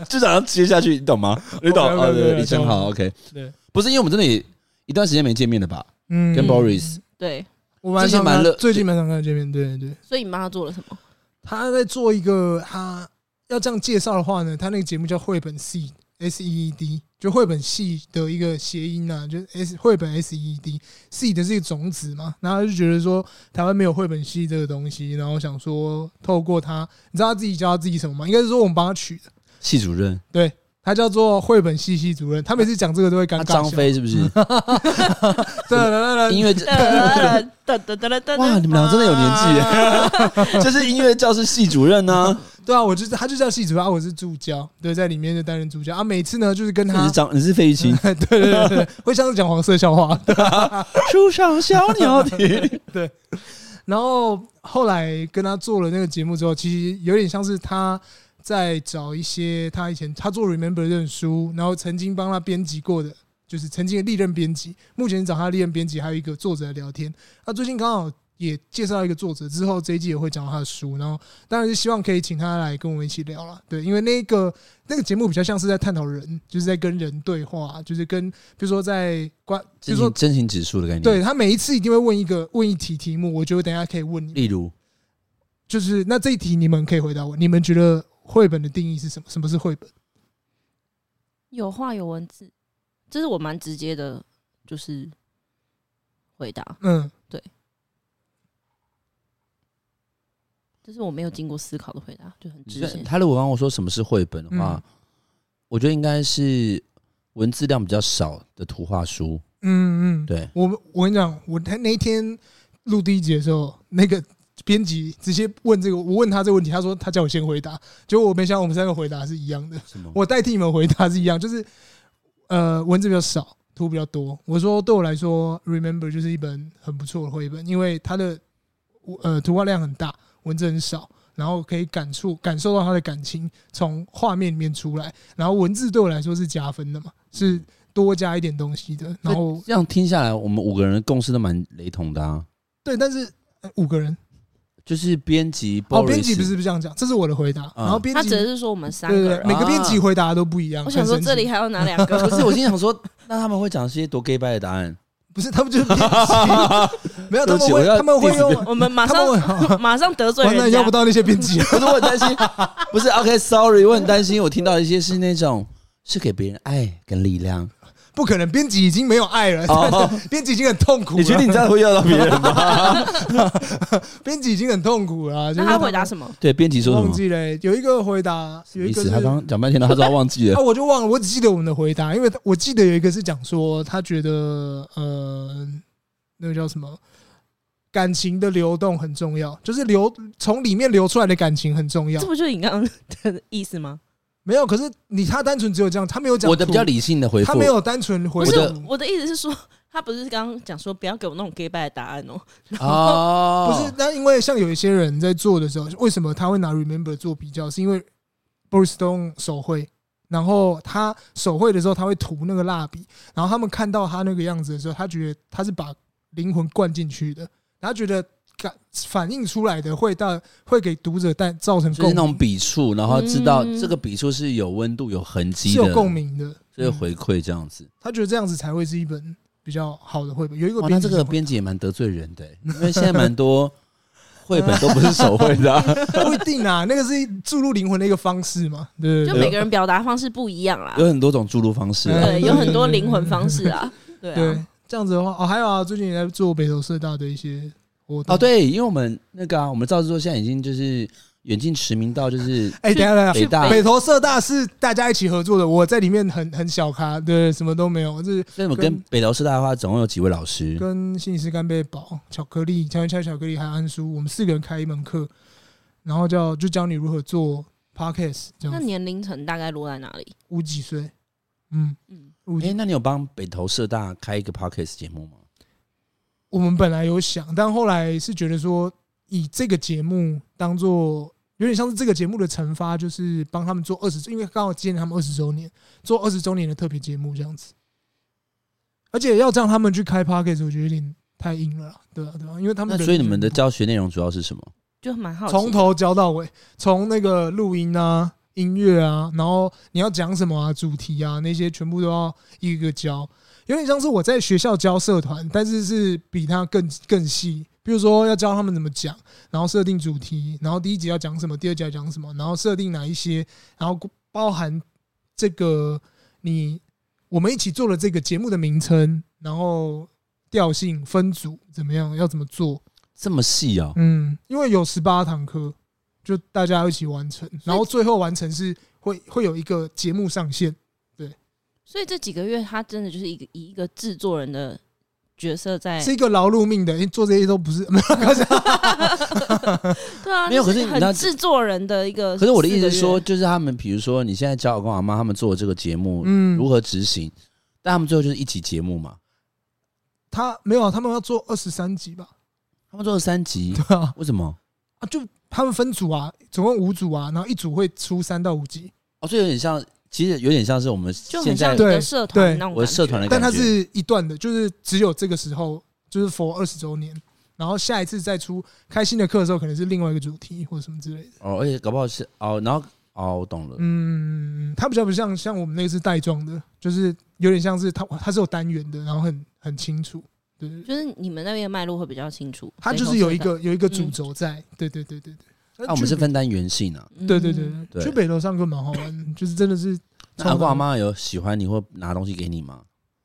Speaker 4: 就想要接下去，你懂吗？你懂
Speaker 3: OK，OK，OK，
Speaker 4: 哦，对，
Speaker 3: 懂
Speaker 4: 李承豪，OK，
Speaker 3: [laughs] 对，
Speaker 4: 不是因为我们真的也一段时间没见面了吧？
Speaker 3: 嗯
Speaker 4: 跟 Boris
Speaker 2: 对，
Speaker 3: 我蛮
Speaker 4: 最
Speaker 3: 常
Speaker 4: 近蛮
Speaker 3: 跟他
Speaker 4: 热
Speaker 3: 最近蛮常看见面，对对。
Speaker 2: 所以你帮他做了什么？
Speaker 3: 他在做一个他要这样介绍的话呢，他那个节目叫绘本 C S E E D，就绘本系的一个谐音啊，就是 S 绘本 S E D seed 是一个种子嘛，然后他就觉得说台湾没有绘本系这个东西，然后想说透过他，你知道他自己叫他自己什么吗？应该是说我们帮他取的，
Speaker 4: 系主任，
Speaker 3: 对他叫做绘本系系主任，他每次讲这个都会尴
Speaker 4: 他
Speaker 3: 尬笑。
Speaker 4: 张飞是不是？
Speaker 3: 对对对对啊
Speaker 4: 音乐这 [laughs]
Speaker 2: 噔噔噔噔噔
Speaker 4: 哇，你们俩真的有年纪耶，就是音乐教室系主任呢。
Speaker 3: 对啊，我就是他就叫系主任，啊，我是助教，对，在里面就担任助教啊。每次呢就是跟
Speaker 4: 你
Speaker 3: 他
Speaker 4: 是，张，你是费玉清，
Speaker 3: [laughs] 对对对对，会像是讲黄色笑话，
Speaker 4: 树上小鸟
Speaker 3: [laughs]
Speaker 4: 啼。
Speaker 3: 然后后来跟他做了那个节目之后，其实有点像是他在找一些他以前他做《Remember》这本书，然后曾经帮他编辑过的，就是曾经的历任编辑，目前找他的历任编辑还有一个作者来聊天。他最近刚好也介绍到一个作者，之后这一季也会讲到他的书，然后当然是希望可以请他来跟我们一起聊了。对，因为那个那个节目比较像是在探讨人，就是在跟人对话，就是跟比如说在关，比
Speaker 4: 真
Speaker 3: 如说
Speaker 4: 情真情指数的概念，
Speaker 3: 对，他每一次一定会问一个问一题题目，我觉得等一下可以问你。
Speaker 4: 例如
Speaker 3: 就是那这一题你们可以回答我，你们觉得绘本的定义是什么？什么是绘本？
Speaker 2: [laughs] 有话有文字，这是我蛮直接的，就是回答，
Speaker 3: 嗯，
Speaker 2: 这是我没有经过思考的回答，就很直接。
Speaker 4: 他如果刚我说什么是绘本的话
Speaker 3: 嗯，
Speaker 4: 我觉得应该是文字量比较少的图画书。
Speaker 3: 嗯嗯，
Speaker 4: 对，
Speaker 3: 我们我跟你讲，我他那一天录第一集的时候，那个编辑直接问这个，我问他这个问题，他说他叫我先回答，结果我没想到我们三个回答是一样的，
Speaker 4: 什么？
Speaker 3: 我代替你们回答是一样，就是呃文字比较少，图比较多。我说对我来说，《Remember》就是一本很不错的绘本，因为它的呃图画量很大，文字很少，然后可以感触感受到他的感情从画面里面出来，然后文字对我来说是加分的嘛，是多加一点东西的。然后
Speaker 4: 这样听下来，我们五个人的共识都蛮雷同的啊，
Speaker 3: 对，但是、呃五个人
Speaker 4: 就是编辑
Speaker 3: 哦，
Speaker 4: Boris
Speaker 3: 编辑不是不是这样讲，这是我的回答。
Speaker 4: 嗯
Speaker 3: 然后编
Speaker 2: 他
Speaker 3: 辑
Speaker 2: 只是说我们三
Speaker 3: 对
Speaker 2: 个
Speaker 3: 对对，
Speaker 2: 人，
Speaker 3: 每
Speaker 4: 啊
Speaker 3: 个编辑回答都不一样。
Speaker 2: 我想
Speaker 3: 很
Speaker 2: 说
Speaker 3: 神奇
Speaker 2: 这里还要拿两
Speaker 4: [laughs]
Speaker 2: 个，
Speaker 4: 不是，我心想说，那他们会讲些多 gay 拜的答
Speaker 3: [laughs]
Speaker 4: 案？
Speaker 3: 不是他们就是编
Speaker 2: [laughs]
Speaker 3: 辑，没有他
Speaker 4: 对不
Speaker 3: 们
Speaker 4: 起我
Speaker 3: 会
Speaker 4: 要
Speaker 3: 他们会
Speaker 4: diss
Speaker 3: 用
Speaker 2: 我们马
Speaker 3: 他们
Speaker 2: 上
Speaker 3: 会
Speaker 2: [laughs]
Speaker 3: 好
Speaker 2: 马上得罪
Speaker 3: 完了
Speaker 2: 人家
Speaker 3: 要不，到那些编辑， [laughs]
Speaker 4: 不是，我很担心，不是 OK，sorry，、我很担心，我听到一些是那种是给别人爱跟力
Speaker 3: [laughs]
Speaker 4: 量。
Speaker 3: 不可能，编辑已经没有爱了，
Speaker 4: 哦
Speaker 3: 编辑已经很痛 [laughs] 苦了。
Speaker 4: 你觉得你这样会要到别人吗？
Speaker 3: [laughs] 编辑已经很痛苦了啊？就
Speaker 2: 那
Speaker 3: 是
Speaker 2: 他回答什么？
Speaker 4: [laughs] 对，编辑说什
Speaker 3: 忘
Speaker 4: 么？
Speaker 3: 记了，有一个回答，有
Speaker 4: 意
Speaker 3: 一个
Speaker 4: 思，
Speaker 3: 是
Speaker 4: 他刚
Speaker 3: 啊，
Speaker 4: 刚讲半天，然后他说他忘记了。
Speaker 3: 我就忘了，我只记得我们的回答，因为我记得有一个是讲说他觉得呃，那个叫什么？感情的流动很重要，就是流从里面流出来的感情很重要
Speaker 2: 这。不就是你刚刚的意思吗？
Speaker 3: 没有，可是你他单纯只有这样，他没有讲
Speaker 4: [laughs] 我的
Speaker 3: 图
Speaker 4: 比较理性的回
Speaker 3: 他
Speaker 4: 复
Speaker 3: 没，有单纯回
Speaker 2: 不是
Speaker 3: 复
Speaker 4: 我的
Speaker 2: 我的意思是说，他不是刚刚讲说不要给我那种 gay 拜的答案哦，
Speaker 4: 哦，
Speaker 3: 不是，那因为像有一些人在做的时候，为什么他会拿 Remember 做比较？是因为 Bruce Stone 手绘，然后他手绘的时候他会涂那个蜡笔，然后他们看到他那个样子的时候，他觉得他是把灵魂灌进去的，然后觉得感反映出来的会到会给读者带造成
Speaker 4: [laughs] 就是
Speaker 3: 共
Speaker 4: 那种
Speaker 3: 鸣，
Speaker 4: 笔触，然后知道
Speaker 2: 嗯
Speaker 4: 这个笔触是有温度、有痕迹
Speaker 3: 是
Speaker 4: 的，
Speaker 3: 有共，鸣的，
Speaker 4: 所以
Speaker 3: 嗯
Speaker 4: 回馈这样子。
Speaker 3: 他觉得这样子才会是一本比较好的绘本。有一个
Speaker 4: 哇，哦那
Speaker 3: 编辑
Speaker 4: 这个编辑也蛮得罪人的欸，因为现在蛮多绘本都不是手绘的啊，
Speaker 3: [laughs] 不一定啊，那个是注入灵魂的一个方式嘛，对
Speaker 2: 就
Speaker 3: 不对
Speaker 2: 每个人表达方式不一样啦
Speaker 4: 有，很多种注入方式啊。
Speaker 2: 对，有很多灵魂方式啊，
Speaker 4: [laughs]
Speaker 2: 对
Speaker 3: 对
Speaker 2: 啊，，
Speaker 3: 这样子的话，哦，还有啊，最近也在做北投社大的一些活动。
Speaker 4: 哦，，对，因为我们那个啊，我们赵志硕现在已经就是远近驰名到就是
Speaker 3: 哎、等一下等一
Speaker 4: 北
Speaker 3: 下，
Speaker 4: 大，
Speaker 3: 北投社大是大家一起合作的，我在里面很很小咖，对，什么都没有，就是
Speaker 4: 所以我们跟
Speaker 3: 跟
Speaker 4: 北辽师大的话，总共有几位老师？
Speaker 3: 跟心理师干贝宝、巧克力、乔元恰巧克力还有安叔，我们四个人开一门课，然后叫就教你如何做 podcast，这
Speaker 2: 那
Speaker 3: 样子
Speaker 2: 年龄层大概落在哪里？
Speaker 3: 五几岁，嗯，
Speaker 2: 嗯，
Speaker 3: 五
Speaker 4: 哎、
Speaker 3: 几。
Speaker 4: 那你有帮北投社大开一个 podcast 节目吗？
Speaker 3: 我们本来有想，但后来是觉得说，以这个节目当做有点像是这个节目的惩罚，就是帮他们做二十，因为刚好纪念他们二十周年，做二十周年的特别节目这样子。而且要让他们去开 p o c a s t 我觉得有点太硬了啦，对啊，对啊，因为他们
Speaker 4: 那所以你们的
Speaker 3: 教
Speaker 4: 教学内容主要是什么？
Speaker 2: 就蛮好奇的。
Speaker 3: 从头教到尾，从那个录音啊、音乐啊，然后你要讲什么啊、主题啊那些，全部都要一个一个教。有点像是我在学校教社团，但是是比他更更细。比如说要教他们怎么讲，然后设定主题，然后第一集要讲什么，第二集要讲什么，然后设定哪一些，然后包含这个你我们一起做了这个节目的名称，然后调性、分组怎么样，要怎么做？
Speaker 4: 这么细哦、
Speaker 3: 嗯，因为有十八堂课，就大家一起完成，然后最后完成是会会有一个节目上线。
Speaker 2: 所以这几个月他真的就是一个以一个制作人的角色在，
Speaker 3: 是一个劳碌命的，因为做这些都不是没 [laughs] 有开玩笑
Speaker 2: [laughs] 对啊，
Speaker 4: 没有
Speaker 2: 就
Speaker 4: 可是你知道
Speaker 2: 很制作人的一
Speaker 3: 嗯
Speaker 2: 个。
Speaker 4: 可是我的意思是说，，就是他们，比如说你现在教我跟我妈他们做的这个节目、
Speaker 3: 嗯，
Speaker 4: 如何执行，但他们最后就是一集节目嘛，
Speaker 3: 他没有啊，他们要做二十三集吧？
Speaker 4: 他们做了三集，
Speaker 3: 对啊，
Speaker 4: 为什么？
Speaker 3: 啊，就他们分组啊，总共五组啊，然后一组会出三到五集，
Speaker 4: 哦，这有点像，其实有点像是我们
Speaker 2: 就
Speaker 4: 现
Speaker 2: 很像
Speaker 4: 在
Speaker 2: 一个
Speaker 3: 对
Speaker 2: 社团
Speaker 3: 对
Speaker 2: 那种
Speaker 4: 我的
Speaker 2: 感
Speaker 4: 社
Speaker 2: 觉
Speaker 4: 团的
Speaker 3: 但
Speaker 4: 感觉，
Speaker 3: 它是一段的，就是只有这个时候，就是 for 二十周年，然后下一次再出开心的课的时候，可能是另外一个主题或者什么之类的。
Speaker 4: 哦，而且搞不好是哦，然后哦，我懂了，
Speaker 3: 嗯，它比较不像像我们那个是带状的，就是有点像是它它是有单元的，然后很很清楚。对，对对
Speaker 2: 就是你们那边的脉络会比较清楚。
Speaker 3: 它就是有一个有一个主轴在。对对对对对。
Speaker 4: 那、我们是
Speaker 3: 去
Speaker 4: 分担原性啊。
Speaker 2: 谁都知道，
Speaker 3: 对对对
Speaker 2: 嗯
Speaker 3: 对，
Speaker 4: 对
Speaker 3: 去北楼上课蛮好玩的，就是真的是。
Speaker 4: 那阿公阿妈有喜欢你或拿东西给你吗？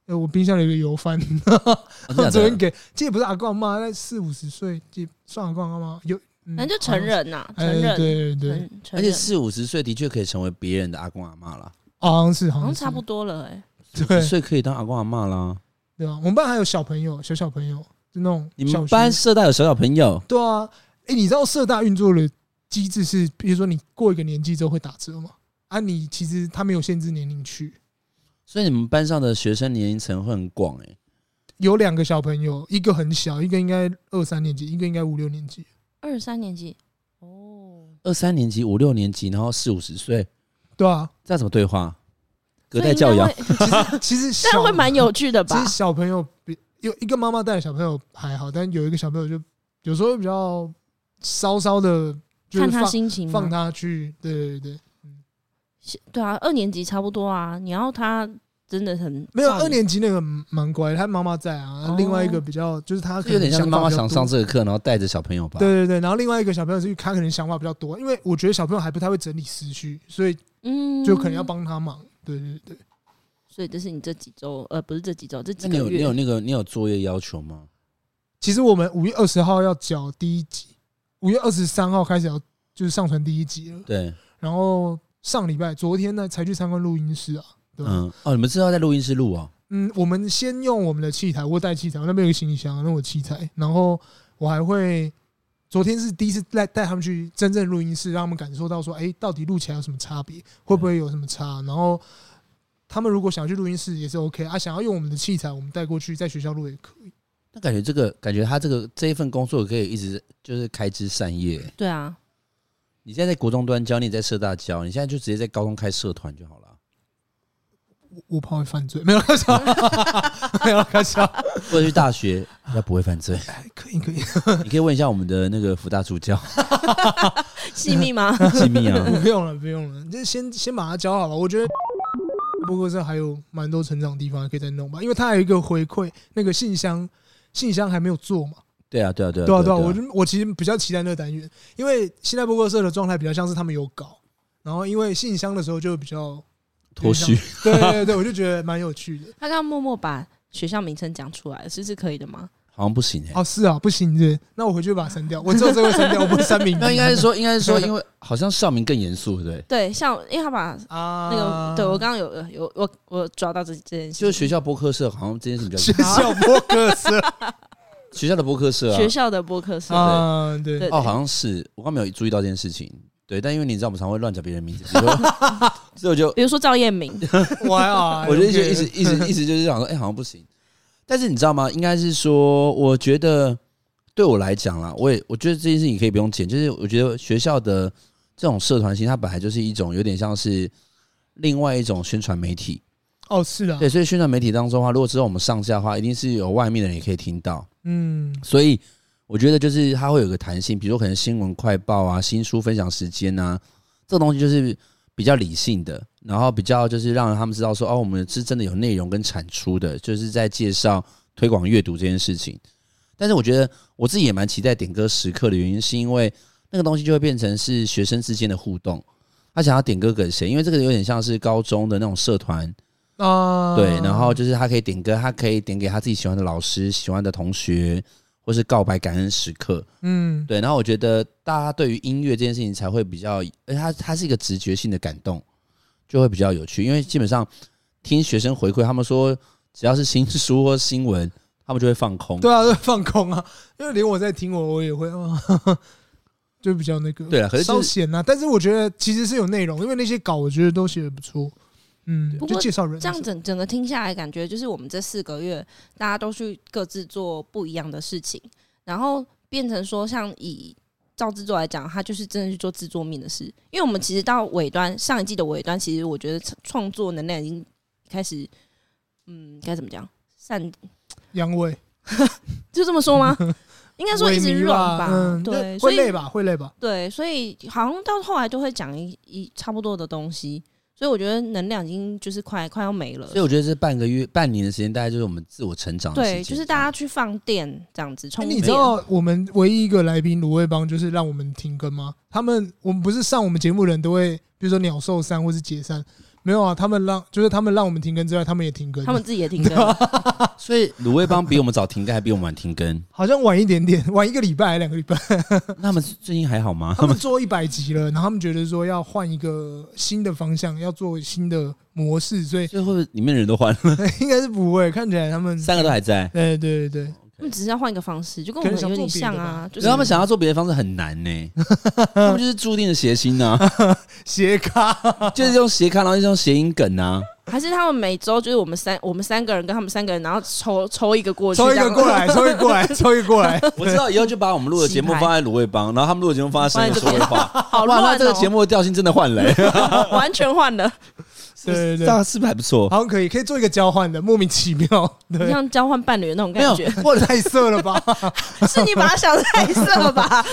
Speaker 3: 呃，我冰箱里有一个油饭，
Speaker 4: 哦
Speaker 3: 我
Speaker 4: 真的假的
Speaker 3: 昨天给，这也不是阿公阿妈，那四五十岁，这算阿公阿妈有，嗯
Speaker 2: 反正就成，人呐，
Speaker 3: 好
Speaker 2: 成
Speaker 3: 像是哎，
Speaker 2: 人，
Speaker 3: 对对对，
Speaker 2: 成成
Speaker 4: 而且
Speaker 2: 人，
Speaker 4: 四五十岁的确可以成为别人的阿公阿妈啦，
Speaker 3: 好像是，好
Speaker 2: 好
Speaker 4: 嗯
Speaker 2: 像
Speaker 3: 像是
Speaker 2: 差不多了哎。
Speaker 4: 所
Speaker 3: 对
Speaker 4: 岁可以当阿公阿妈啦。
Speaker 3: 对啊，我们班还有小朋友，小小朋友，就那种
Speaker 4: 你
Speaker 3: 小
Speaker 4: 们
Speaker 3: 学
Speaker 4: 班社大有小小朋友，
Speaker 3: 对啊，哎，你知道社大运作的机制是，比如说你过一个年纪之后会打折吗？啊，你其实他没有限制年龄区，
Speaker 4: 所以你们班上的学生年龄层会很广哎、
Speaker 3: 有两个小朋友，一个很小，一个应该二三年级，一个应该五六年级，
Speaker 2: 二三年级，哦，
Speaker 4: 二三年级、五六年级，然后四五十岁，
Speaker 3: 对啊，
Speaker 4: 这样怎么对话？隔
Speaker 2: 所以
Speaker 4: 代
Speaker 2: 应该
Speaker 4: 教养
Speaker 2: 会， [laughs]
Speaker 3: 其实其实
Speaker 2: 但
Speaker 3: 小
Speaker 2: 会蛮有趣的
Speaker 3: 其
Speaker 2: 吧
Speaker 3: 实？小朋友比有一个妈妈带的小朋友还好，但有一个小朋友就有时候比较稍稍的，就是
Speaker 2: 看他
Speaker 3: 放
Speaker 2: 心情嘛，啊
Speaker 3: 放他去，对对对，
Speaker 2: 对啊，二年级差不多啊。你要他真的很
Speaker 3: 没有
Speaker 2: 少女
Speaker 3: 二年级那个蛮乖的，他妈妈在啊
Speaker 2: 哦，
Speaker 3: 另外一个比较就是他可
Speaker 4: 有点
Speaker 3: 能
Speaker 4: 像
Speaker 3: 想
Speaker 4: 是
Speaker 3: 法
Speaker 4: 妈妈
Speaker 3: 比较
Speaker 4: 想上
Speaker 3: 多。
Speaker 4: 这个课，然后带着小朋友吧。
Speaker 3: 对对对，然后另外一个小朋友是他可能想法比较多，因为我觉得小朋友还不太会整理思绪，所以
Speaker 2: 嗯，
Speaker 3: 就可能要。帮他忙。对对对，
Speaker 2: 所以这是你这几周，呃，不是这几周，这几
Speaker 4: 那你有
Speaker 2: 个
Speaker 4: 你
Speaker 2: 月
Speaker 4: 有那个你有作业要求吗？
Speaker 3: 其实我们五月二十号要缴第一集，五月二十三号开始要就是上传第一集了。
Speaker 4: 对，
Speaker 3: 然后上礼拜昨天呢才去参观录音室啊，对吧？
Speaker 4: 嗯，哦，你们知道在录音室录哦，
Speaker 3: 嗯，我们先用我们的器材，我带器材，我那边有个行李箱，那我器材，然后我还会，昨天是第一次带带他们去真正录音室，让他们感受到说，哎、到底录起来有什么差别，会不会有什么差？然后他们如果想去录音室也是 OK 啊，想要用我们的器材，我们带过去在学校录也可以。
Speaker 4: 那感觉这个感觉他这个这一份工作可以一直就是开枝散叶。欸
Speaker 2: 对啊，
Speaker 4: 你现在在国中端教，你在社大教，你现在就直接在高中开社团就好了，
Speaker 3: 我我怕会犯罪，没有开玩笑， [laughs] 没有开玩笑，
Speaker 4: 或者去
Speaker 3: [laughs]
Speaker 4: 大学，应该不会犯罪。
Speaker 3: 哎可以可以，
Speaker 4: [laughs] 你可以问一下我们的那个福大助教 [laughs]
Speaker 2: 细密吗？ [laughs]
Speaker 4: 机密啊，
Speaker 3: 嗯
Speaker 4: [laughs]
Speaker 3: 不用了不用了，就先先把它教好了。我觉得 [laughs] 不过这还有蛮多成长的地方还可以再弄吧，因为它还有一个回馈，那个信箱信箱还没有做嘛。
Speaker 4: 对啊，对啊，对啊，
Speaker 3: 对啊，对
Speaker 4: 对
Speaker 3: 啊，我就我其实比较期待那个单元，因为现代播客社的状态比较像是他们有搞，然后因为信箱的时候就比较
Speaker 4: 脱序，
Speaker 3: 对对对对，我就觉得蛮有趣的。
Speaker 2: 他刚刚默默把学校名称讲出来了，这是可以的吗？
Speaker 4: [laughs] 好像不行哎、
Speaker 3: 哦，是啊，不行是不是那我回去把它删掉，我只有这个删掉，我不是删名。
Speaker 4: 那应该是说，应该是 [laughs] 说，因为好像校名更严肃，对不对？
Speaker 2: 对，像因为他把
Speaker 3: [laughs] 啊
Speaker 2: 那个，对我刚刚有有我我抓到这这件事，
Speaker 4: 就是学校播客社，好像这件事比较
Speaker 3: 学校播客
Speaker 4: [laughs]
Speaker 3: 社
Speaker 4: 学校的播客社啊，
Speaker 2: 学校的播客社，
Speaker 3: 啊，对
Speaker 2: 对
Speaker 4: 哦，好像是我刚没有注意到这件事情。对，但因为你知道我们常会乱讲别人名字，比如 [laughs] 说所以我就
Speaker 2: 比如说赵彦明，
Speaker 4: [laughs]
Speaker 3: 我还好啊，
Speaker 4: 我就一直
Speaker 3: OK
Speaker 4: 一直一直一直就是想说，哎、好像不行。但是你知道吗？应该是说，我觉得对我来讲啦，我也我觉得这件事情可以不用剪，就是我觉得学校的这种社团性，它本来就是一种有点像是另外一种宣传媒体。
Speaker 3: 哦，是啊，
Speaker 4: 对，所以宣传媒体当中的话，如果之后我们上架的话，一定是有外面的人也可以听到。
Speaker 3: 嗯，
Speaker 4: 所以我觉得就是它会有个弹性，比如说可能新闻快报啊、新书分享时间啊，这个东西就是比较理性的，然后比较就是让他们知道说哦，我们是真的有内容跟产出的，就是在介绍推广阅读这件事情。但是我觉得我自己也蛮期待点歌时刻的原因，是因为那个东西就会变成是学生之间的互动，他想要点歌给谁，因为这个有点像是高中的那种社团
Speaker 3: 啊，
Speaker 4: 对，然后就是他可以点歌，他可以点给他自己喜欢的老师、喜欢的同学，或是告白感恩时刻。
Speaker 3: 嗯，
Speaker 4: 对，然后我觉得大家对于音乐这件事情才会比较，而它它是一个直觉性的感动，就会比较有趣。因为基本上听学生回馈，他们说只要是新书或新闻，他们就会放空。
Speaker 3: 对啊，就放空啊，因为连我在听我，我也会啊，哈哈 [laughs] 就比较那个，
Speaker 4: 对啊可是就是
Speaker 3: 稍显啊。但是我觉得其实是有内容，因为那些稿我觉得都写的不错，嗯，
Speaker 2: 不过
Speaker 3: 就介绍人
Speaker 2: 这样整整个听下来，感觉就是我们这四个月大家都去各自做不一样的事情，然后变成说，像以赵制作来讲，他就是真的去做制作面的事。因为我们其实到尾端，上一季的尾端，其实我觉得创创作能量已经开始，嗯，该怎么讲？散
Speaker 3: 阳痿，
Speaker 2: 就这么说
Speaker 3: [laughs]
Speaker 2: 吗？应该说一直
Speaker 3: 萎靡
Speaker 2: run
Speaker 3: 吧，
Speaker 2: 吧，
Speaker 3: 嗯，
Speaker 2: 对，所
Speaker 3: 会
Speaker 2: 以
Speaker 3: 累吧，会累吧，
Speaker 2: 对，所以好像到后来都会讲一一差不多的东西，所以我觉得能量已经就是快快要没了
Speaker 4: 所以。我觉得这半个月、半年的时间，大概就是我们自我成
Speaker 3: 哦
Speaker 4: 长的时
Speaker 2: 对，
Speaker 4: 间。
Speaker 2: 就是大家去放电这样子充
Speaker 3: 哎
Speaker 2: 电。
Speaker 3: 你知道我们唯一一个来宾卤味帮就是让我们停更吗？他们我们不是上我们节目的人都会，比如说鸟兽散或是解散，没有啊，他们让就是他们让我们停更之外，他们也停更，
Speaker 2: 他们自己也
Speaker 3: [laughs]
Speaker 2: 听歌，
Speaker 4: 所以卤味帮比我们早停更，还比我们晚停更。
Speaker 3: 好像晚一点点，晚一个礼拜还两个
Speaker 2: [laughs]
Speaker 3: 礼拜，
Speaker 4: 那他们最近还好
Speaker 3: [laughs]
Speaker 4: 吗？
Speaker 3: 他们做一百集了，然后他们觉得说要换一个新的方向，要做新的模式，所以
Speaker 4: 所以会不会里面人都换了？
Speaker 3: 应该是不会。看起来
Speaker 2: [laughs]
Speaker 3: 他们，
Speaker 4: 三个都还在。
Speaker 3: 对对对，
Speaker 2: 他们只是要换一个方式，就跟
Speaker 3: 可
Speaker 2: 我们
Speaker 3: 能想
Speaker 2: 有点
Speaker 3: 做别
Speaker 2: 像
Speaker 3: 的
Speaker 2: 啊
Speaker 3: 吧，
Speaker 2: 就是
Speaker 4: 他们想要做别的方式很难呢、 [laughs] 他们就是注定的谐星 [laughs] 呢、
Speaker 3: 斜咖，
Speaker 4: 就是用斜看，然后就是用谐音梗啊。
Speaker 2: 还是他们每周就是我们三我们三个人跟他们三个人，然后抽抽一个过去，
Speaker 3: 抽一
Speaker 2: 这
Speaker 3: 个
Speaker 2: 样
Speaker 3: 过来，抽一个过来，抽一个过来，
Speaker 4: 我知道以后就把我们录的节目放在卤味帮，然后他们录的节目放在深夜说会话。
Speaker 2: [laughs] [laughs] 好
Speaker 4: 哇，
Speaker 2: 乱、
Speaker 4: 那
Speaker 2: 哦、
Speaker 4: 这个节目的调性真的换了、欸，
Speaker 2: [laughs] 完全换了，
Speaker 3: 对对
Speaker 4: 这 [laughs]
Speaker 3: 对，
Speaker 4: 样是不是还不错？
Speaker 3: 好像可以，可以做一个交换的，莫名其妙，对， [laughs]
Speaker 2: 像交换伴侣的那种
Speaker 4: 没有
Speaker 2: 感觉，，
Speaker 4: 或者
Speaker 3: 太色
Speaker 2: [laughs]
Speaker 3: 了吧？
Speaker 2: 是你把它想
Speaker 3: [laughs]
Speaker 2: 太色了吧？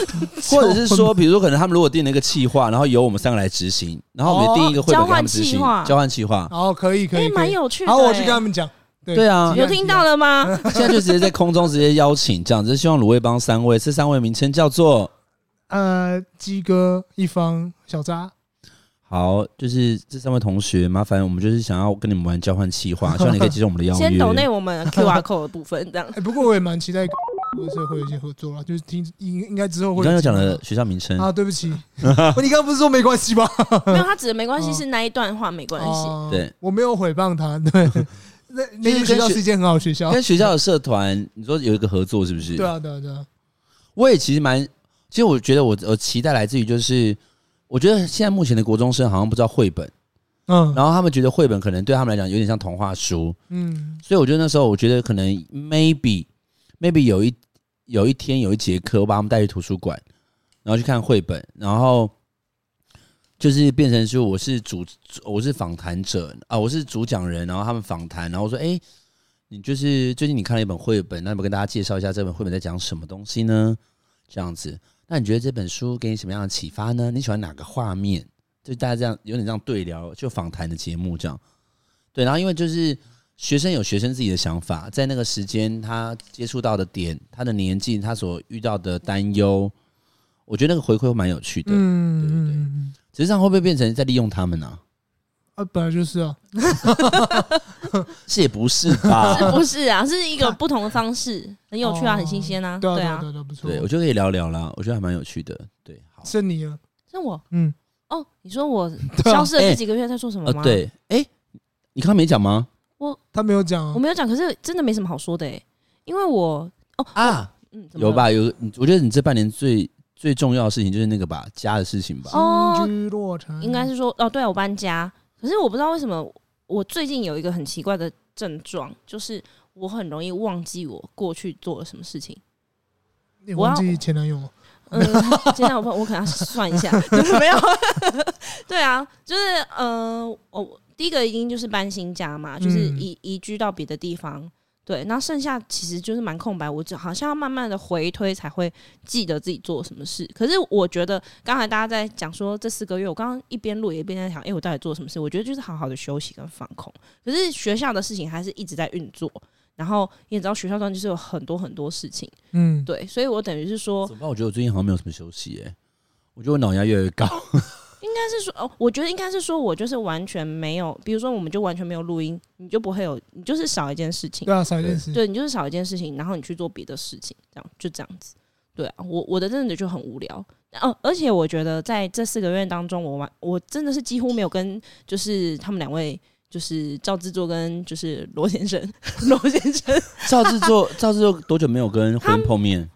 Speaker 4: 或者是说，比如说可能他们如果定了一个企划，然后由我们三个来执行，然后我们也定一个会本给他们执行
Speaker 2: 哦交换企划
Speaker 4: 交换企划。
Speaker 3: 然后可以可
Speaker 2: 哎、
Speaker 3: 以，
Speaker 2: 蛮
Speaker 3: 可以。
Speaker 2: 有趣的、
Speaker 3: 好，
Speaker 2: 欸。
Speaker 3: 我去跟他们讲，对
Speaker 4: 对啊
Speaker 2: 有听到了吗？
Speaker 4: 现在就直接在空中直接邀请这样子，希望卤味帮三位，这三位名称叫做
Speaker 3: 呃，鸡哥一方小渣，
Speaker 4: 好，就是这三位同学，麻烦我们就是想要跟你们玩交换企划，希望你可以接受我们的邀约。
Speaker 2: 先抖内我
Speaker 3: [laughs]
Speaker 2: 们 Q R code 的部分，这样
Speaker 3: 哎，不过我也蛮期待，就是会有一些合作啦，就是听应应该之后
Speaker 4: 你
Speaker 3: 会。
Speaker 4: 刚刚有讲了学校名称，
Speaker 3: 啊，对不
Speaker 4: [laughs]
Speaker 3: 起，你刚刚不是说没关系吗？
Speaker 2: 没有，他指的没关系
Speaker 3: 哦
Speaker 2: 是那一段话没关系。
Speaker 3: 哦
Speaker 4: 对，
Speaker 3: 我没有诽谤他，对。那那
Speaker 4: 就是
Speaker 3: 间学
Speaker 4: 跟
Speaker 3: 校
Speaker 4: 学
Speaker 3: 是一间很好的学校，
Speaker 4: 跟学校的社团，你说有一个合作是不是？
Speaker 3: 啊对啊，对啊，对啊，
Speaker 4: 我也其实蛮，其实我觉得我我期待来自于就是，我觉得现在目前的国中生好像不知道绘本，
Speaker 3: 嗯
Speaker 4: 然后他们觉得绘本可能对他们来讲有点像童话书，
Speaker 3: 嗯，
Speaker 4: 所以我觉得那时候我觉得可能 maybe maybe 有一有一天有一节课，我把他们带去图书馆，然后去看绘本，然后就是变成说我是主我是访谈者啊，我是主讲人，然后他们访谈，然后我说哎。诶你就是最近你看了一本绘本，那你们跟大家介绍一下这本绘本在讲什么东西呢？这样子，那你觉得这本书给你什么样的启发呢？你喜欢哪个画面？就大家这样有点这样对聊，就访谈的节目这样。对，然后因为就是学生有学生自己的想法，在那个时间他接触到的点，他的年纪，他所遇到的担忧，我觉得那个回馈会蛮有趣的。
Speaker 3: 嗯
Speaker 4: 对对对
Speaker 3: 嗯，
Speaker 4: 只是这样会不会变成在利用他们呢、
Speaker 3: 啊，本来就是啊，
Speaker 4: 是也不是吧？
Speaker 2: 是不是啊？是一个不同的方式，很有趣啊，
Speaker 3: 哦
Speaker 2: 很新鲜啊，
Speaker 3: 对啊，
Speaker 2: 对
Speaker 3: 对啊，
Speaker 2: 啊
Speaker 3: 对。啊对啊，不错，
Speaker 4: [laughs] 对，我觉得可以聊聊啦，我觉得还蛮有趣的。对，好，
Speaker 3: 剩你了，
Speaker 2: 是我
Speaker 3: 嗯，
Speaker 2: 哦，你说
Speaker 4: [laughs]
Speaker 2: 我
Speaker 3: 对啊
Speaker 2: 消失了这几个月在做什么
Speaker 4: 呃
Speaker 2: 吗？，
Speaker 4: 对，哎、你刚刚没讲吗？
Speaker 3: 他没有讲
Speaker 2: 我
Speaker 3: 啊，
Speaker 2: 没有讲，可是真的没什么好说的诶，因为我
Speaker 4: 啊，
Speaker 2: 嗯，怎么
Speaker 4: 有
Speaker 2: 了？
Speaker 4: 吧？有，你我觉得你这半年最最重要的事情就是那个吧，家的事情吧。
Speaker 2: 哦
Speaker 3: 新居落成，
Speaker 2: 应该是说哦，对啊我搬家，可是我不知道为什么我最近有一个很奇怪的症状，就是我很容易忘记我过去做了什么事情。
Speaker 3: 你忘
Speaker 2: 我
Speaker 3: 记
Speaker 2: 要
Speaker 3: 前男友吗？
Speaker 2: 嗯，现在我我可能要算一下，就是没有。 [laughs] 对啊，就是呃，我我第一个一定就是搬新家嘛，就是
Speaker 3: 嗯
Speaker 2: 移、移居到别的地方。对，然后剩下其实就是蛮空白，我只好像要慢慢的回推才会记得自己做什么事。可是我觉得刚才大家在讲说这四个月，我刚刚一边录也一边在想，哎、我到底做了什么事？我觉得就是好好的休息跟放空。可是学校的事情还是一直在运作，然后你也知道学校端就是有很多很多事情，
Speaker 3: 嗯，
Speaker 2: 对，所以我等于是说 [laughs]
Speaker 4: 怎么办？我觉得我最近好像没有什么休息、欸，哎，我觉得我脑压越来越高。
Speaker 2: 应该是说，哦，我觉得应该是说，我就是完全没有，比如说，我们就完全没有录音，你就不会有，你就是少一件事情
Speaker 3: 对，啊，少一件事。
Speaker 2: 对你就是少一件事情，然后你去做别的事情，这样就这样子。对啊，我我的真的就很无聊。哦，而且我觉得在这四个月当中，我完我真的是几乎没有跟就是他们两位，就是赵制作跟就是罗先生， [laughs] 罗先生
Speaker 4: 赵制作，赵制作多久没有跟婚碰面？